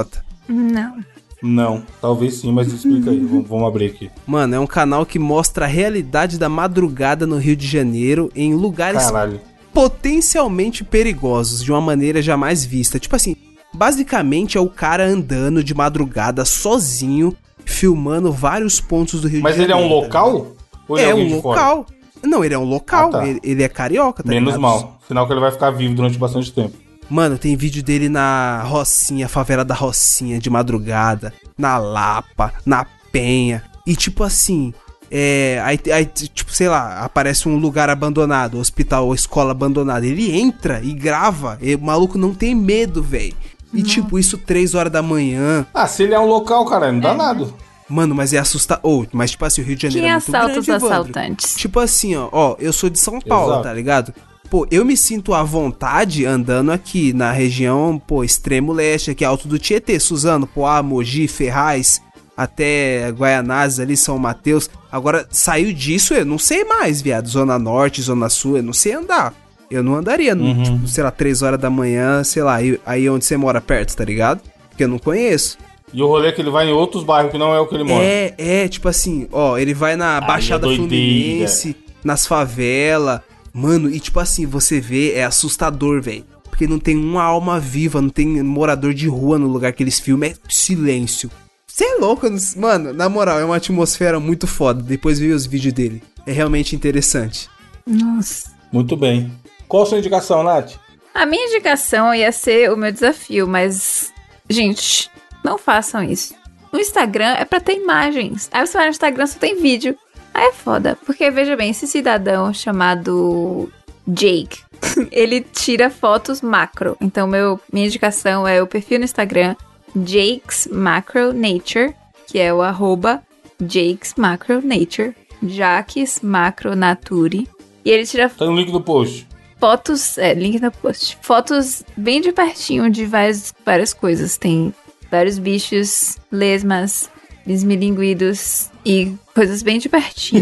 [SPEAKER 2] Não.
[SPEAKER 1] Não, talvez sim, mas explica aí. Vamos, vamos abrir aqui.
[SPEAKER 3] Mano, é um canal que mostra a realidade da madrugada no Rio de Janeiro em lugares
[SPEAKER 1] Caralho.
[SPEAKER 3] potencialmente perigosos de uma maneira jamais vista. Tipo assim, basicamente é o cara andando de madrugada sozinho, filmando vários pontos do Rio
[SPEAKER 1] Mas
[SPEAKER 3] de
[SPEAKER 1] ele é um
[SPEAKER 3] Janeiro. tá
[SPEAKER 1] local? Ou ele
[SPEAKER 3] ligado?
[SPEAKER 1] é,
[SPEAKER 3] É
[SPEAKER 1] alguém
[SPEAKER 3] um
[SPEAKER 1] de fora?
[SPEAKER 3] local. Não, ele é um local,
[SPEAKER 1] Ah, tá.
[SPEAKER 3] ele, ele é carioca, tá
[SPEAKER 1] Menos
[SPEAKER 3] ligado?
[SPEAKER 1] mal. Sinal que ele vai ficar vivo durante bastante tempo.
[SPEAKER 3] Mano, tem vídeo dele na Rocinha, favela da Rocinha, de madrugada, na Lapa, na Penha. E tipo assim, é, aí, aí, tipo, sei lá, aparece um lugar abandonado, hospital ou escola abandonada. Ele entra e grava. E o maluco não tem medo, velho. E tipo, isso três horas da manhã.
[SPEAKER 1] Ah, se ele é um local, cara, não dá nada.
[SPEAKER 3] Mano, mas é assustador. Ou, mas tipo assim, o Rio de Janeiro
[SPEAKER 2] Quem
[SPEAKER 3] é muito
[SPEAKER 2] assalta os
[SPEAKER 3] grande, Evandro.
[SPEAKER 2] assaltantes?
[SPEAKER 3] Tipo assim, ó, ó, eu sou de São Paulo,
[SPEAKER 1] Exato.
[SPEAKER 3] tá ligado? Pô, eu me sinto à vontade andando aqui na região, pô, extremo leste, aqui alto do Tietê, Suzano, Poá, Mogi, Ferraz, até Guaianazes ali, São Mateus. Agora, saiu disso, eu não sei mais, viado. Zona Norte, Zona Sul, eu não sei andar. Eu não andaria, no, tipo, sei lá, três horas da manhã, sei lá, aí, aí onde você mora perto, tá ligado? Porque eu não conheço.
[SPEAKER 1] E o rolê é que ele vai em outros bairros que não é o que ele mora. é
[SPEAKER 3] É, é, tipo assim, ó, ele vai na Baixada
[SPEAKER 1] doideira.
[SPEAKER 3] Fluminense, nas favelas. Mano, e tipo assim, você vê, é assustador, velho. Porque não tem uma alma viva, não tem morador de rua no lugar que eles filmam, é silêncio. Você é louco, eu não s- mano, na moral, é uma atmosfera muito foda. Depois vi os vídeos dele. É realmente interessante.
[SPEAKER 2] Nossa.
[SPEAKER 1] Muito bem. Qual a sua indicação, Nath?
[SPEAKER 2] A minha indicação ia ser o meu desafio, mas. Gente, não façam isso. No Instagram é pra ter imagens. Aí você vai no Instagram só tem vídeo. Aí é foda. Porque veja bem, esse cidadão chamado Jake, ele tira fotos macro. Então, meu, minha indicação é o perfil no Instagram Jake's Macro Nature, que é o arroba Jake's Macro Nature, Jaques Macro Nature. E ele tira
[SPEAKER 1] Tá no link do post.
[SPEAKER 2] fotos, é, link no post. Fotos bem de pertinho de várias, várias coisas. Tem vários bichos, lesmas, esmilinguidos e coisas bem de pertinho.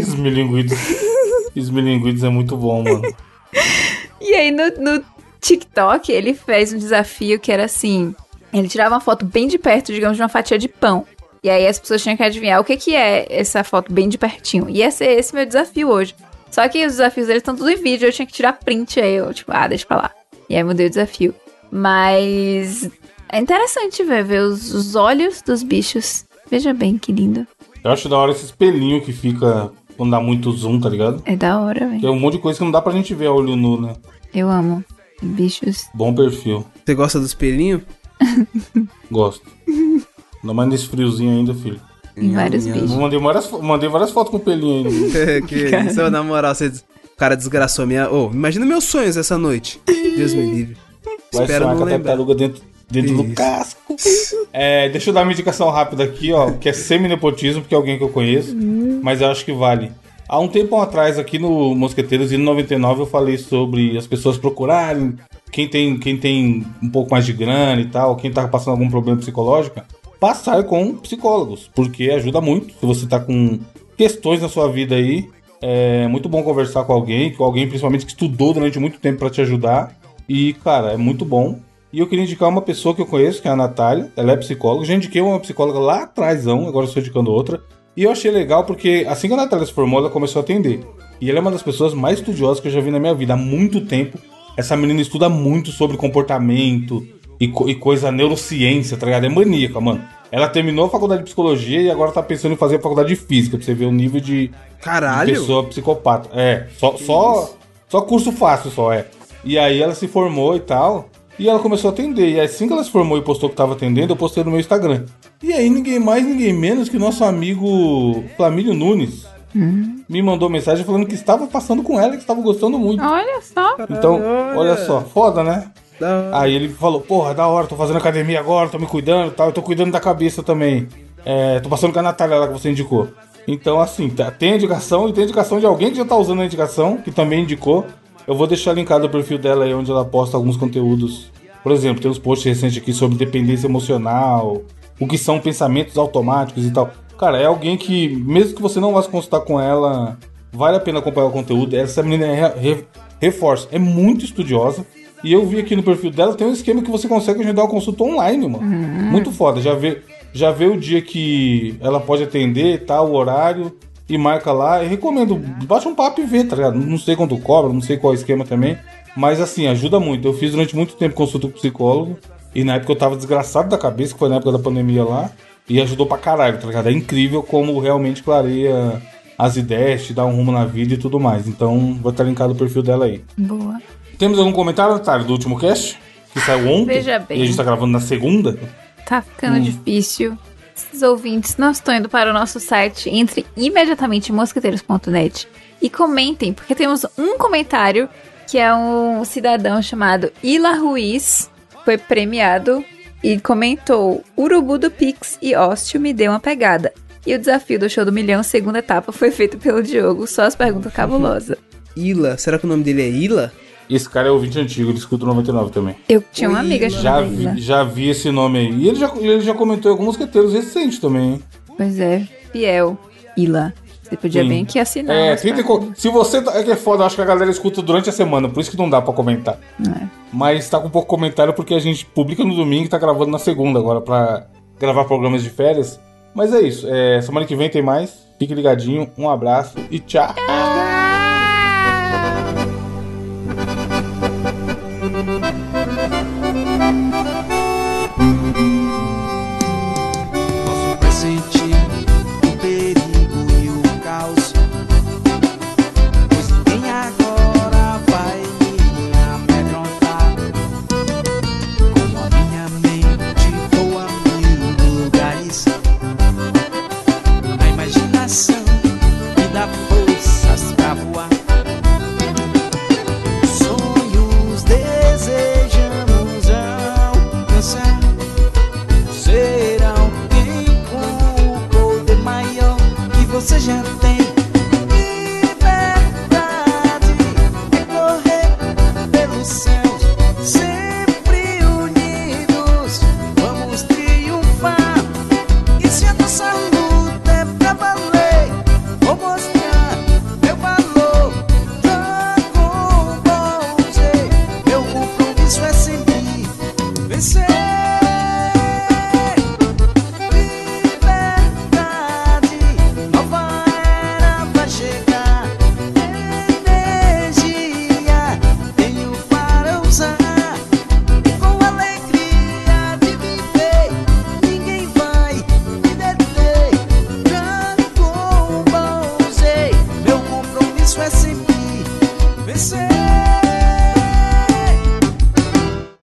[SPEAKER 1] Esmilinguidos. Esmilinguidos é muito bom, mano.
[SPEAKER 2] E aí no, no TikTok ele fez um desafio que era assim: ele tirava uma foto bem de perto, digamos, de uma fatia de pão. E aí as pessoas tinham que adivinhar o que, que é essa foto bem de pertinho. E esse é esse meu desafio hoje. Só que os desafios eles estão tudo em vídeo, eu tinha que tirar print aí, eu, tipo, ah, deixa pra lá. E aí mudei o desafio. Mas é interessante ver, ver os, os olhos dos bichos. Veja bem, que lindo.
[SPEAKER 1] Eu acho da hora esse espelhinho que fica quando dá muito zoom, tá ligado?
[SPEAKER 2] É da hora, velho.
[SPEAKER 1] Tem um monte de coisa que não dá pra gente ver a olho nu, né?
[SPEAKER 2] Eu amo bichos.
[SPEAKER 1] Bom perfil.
[SPEAKER 3] Você gosta dos pelinhos?
[SPEAKER 1] Gosto. Ainda mais nesse friozinho ainda, filho.
[SPEAKER 2] E vários
[SPEAKER 1] Eu
[SPEAKER 2] bichos.
[SPEAKER 1] mandei várias, fo- mandei várias fotos com o pelinho ainda.
[SPEAKER 3] que isso, na moral, você. des- O cara desgraçou minha. Ô, imagina meus sonhos essa noite. Deus me livre.
[SPEAKER 1] Vai
[SPEAKER 3] Espero
[SPEAKER 1] soar
[SPEAKER 3] não
[SPEAKER 1] com a
[SPEAKER 3] lembrar.
[SPEAKER 1] tartaruga dentro, dentro do
[SPEAKER 3] Isso.
[SPEAKER 1] casco. É, deixa eu dar uma indicação rápida aqui, ó, que é semi-nepotismo, porque é alguém que eu conheço,
[SPEAKER 3] Uhum.
[SPEAKER 1] mas eu acho que vale. Há um tempo atrás, aqui no Mosqueteiros, e no 99, eu falei sobre as pessoas procurarem quem tem, quem tem um pouco mais de grana e tal, quem tá passando algum problema psicológico, passar com psicólogos, porque ajuda muito. Se você tá com questões na sua vida aí, é muito bom conversar com alguém, com alguém principalmente que estudou durante muito tempo pra te ajudar. E, cara, é muito bom. E eu queria indicar uma pessoa que eu conheço, que é a Natália. Ela é psicóloga. Já indiquei uma psicóloga lá atrás, agora eu estou indicando outra. E eu achei legal porque assim que a Natália se formou, ela começou a atender. E ela é uma das pessoas mais estudiosas que eu já vi na minha vida há muito tempo. Essa menina estuda muito sobre comportamento e, co- e coisa neurociência, tá ligado? É maníaca, mano. Ela terminou a faculdade de psicologia e agora tá pensando em fazer a faculdade de física, pra você ver o nível de, de
[SPEAKER 3] Caralho!
[SPEAKER 1] pessoa psicopata. É, só, só, só curso fácil, só é. E aí ela se formou e tal. E ela começou a atender. E assim que ela se formou e postou que tava atendendo, eu postei no meu Instagram. E aí ninguém mais, ninguém menos que nosso amigo Flamílio Nunes me mandou mensagem falando que estava passando com ela, que estava gostando muito.
[SPEAKER 2] Olha só.
[SPEAKER 1] Então,
[SPEAKER 3] Caralho.
[SPEAKER 1] olha só, foda, né?
[SPEAKER 3] Da hora.
[SPEAKER 1] Aí ele falou, porra, da hora, tô fazendo academia agora, tô me cuidando e tal, eu tô cuidando da cabeça também. É, tô passando com a Natália lá que você indicou. Então, assim, tá- tem a indicação e tem a indicação de alguém que já tá usando a indicação, que também indicou. Eu vou deixar linkado o perfil dela aí, onde ela posta alguns conteúdos. Por exemplo, tem uns posts recentes aqui sobre dependência emocional, o que são pensamentos automáticos e tal. Cara, é alguém que, mesmo que você não vá se consultar com ela, vale a pena acompanhar o conteúdo. Essa menina é, re- reforço, é muito estudiosa. E eu vi aqui no perfil dela, tem um esquema que você consegue agendar uma consulta online, mano. Muito foda. Já vê, já vê o dia que ela pode atender, tá, o horário, e marca lá. E recomendo, bate um papo e vê, tá ligado? Não sei quanto cobra, não sei qual é o esquema também. Mas assim, ajuda muito. Eu fiz durante muito tempo consulta com psicólogo. E na época eu tava desgraçado da cabeça, que foi na época da pandemia lá. E ajudou pra caralho, tá ligado? É incrível como realmente clareia as ideias, te dá um rumo na vida e tudo mais. Então, vou estar linkado o perfil dela aí.
[SPEAKER 2] Boa.
[SPEAKER 1] Temos algum comentário, Natália, do último cast? que saiu ontem.
[SPEAKER 2] Veja bem.
[SPEAKER 1] E a gente tá gravando na segunda.
[SPEAKER 2] Tá ficando difícil. Esses ouvintes não estão indo para o nosso site. Entre imediatamente em mosqueteiros.net e comentem, porque temos um comentário que é um cidadão chamado Ila Ruiz, foi premiado e comentou: Urubu do Pix e Hóstio me deu uma pegada. E o desafio do show do milhão, segunda etapa, foi feito pelo Diogo, só as perguntas cabulosas.
[SPEAKER 3] Ila, será que o nome dele é Ila?
[SPEAKER 1] Esse cara é ouvinte antigo, ele escuta o 99 também.
[SPEAKER 2] Eu tinha uma
[SPEAKER 3] Oi,
[SPEAKER 2] amiga
[SPEAKER 3] Ila.
[SPEAKER 1] Já
[SPEAKER 2] chamada Ila.
[SPEAKER 1] vi, já vi esse nome aí. E ele já, ele já comentou em alguns mosqueteiros recentes também, hein?
[SPEAKER 2] Pois é, fiel. Ila. Você podia
[SPEAKER 1] Sim.
[SPEAKER 2] bem que assinar.
[SPEAKER 1] É,
[SPEAKER 2] umas
[SPEAKER 1] 30 e
[SPEAKER 2] paradas.
[SPEAKER 1] co- se você. tá- É que é foda, eu acho que a galera escuta durante a semana, por isso que não dá pra comentar.
[SPEAKER 2] é.
[SPEAKER 1] Mas tá com pouco comentário porque a gente publica no domingo e tá gravando na segunda agora pra gravar programas de férias. Mas é isso. é, semana que vem tem mais. Fique ligadinho, um abraço e tchau.
[SPEAKER 4] Posso pressentir o perigo e o caos. Pois ninguém agora vai me amedrontar. Como a minha mente voa mil lugares. A imaginação me dá forças pra voar. Sonhos desejamos alcançar ser alguém com o poder maior que você já tem. Liberdade é correr pelos céus, sempre unidos vamos triunfar. E se a nossa luta é pra valer, vou mostrar meu valor. Dragon Ball Z, meu compromisso é sempre vencer. Liberdade, nova era vai chegar. Energia, tenho para usar. Com alegria de viver, ninguém vai me deter. Dragon Ball Z, meu compromisso é sempre vencer.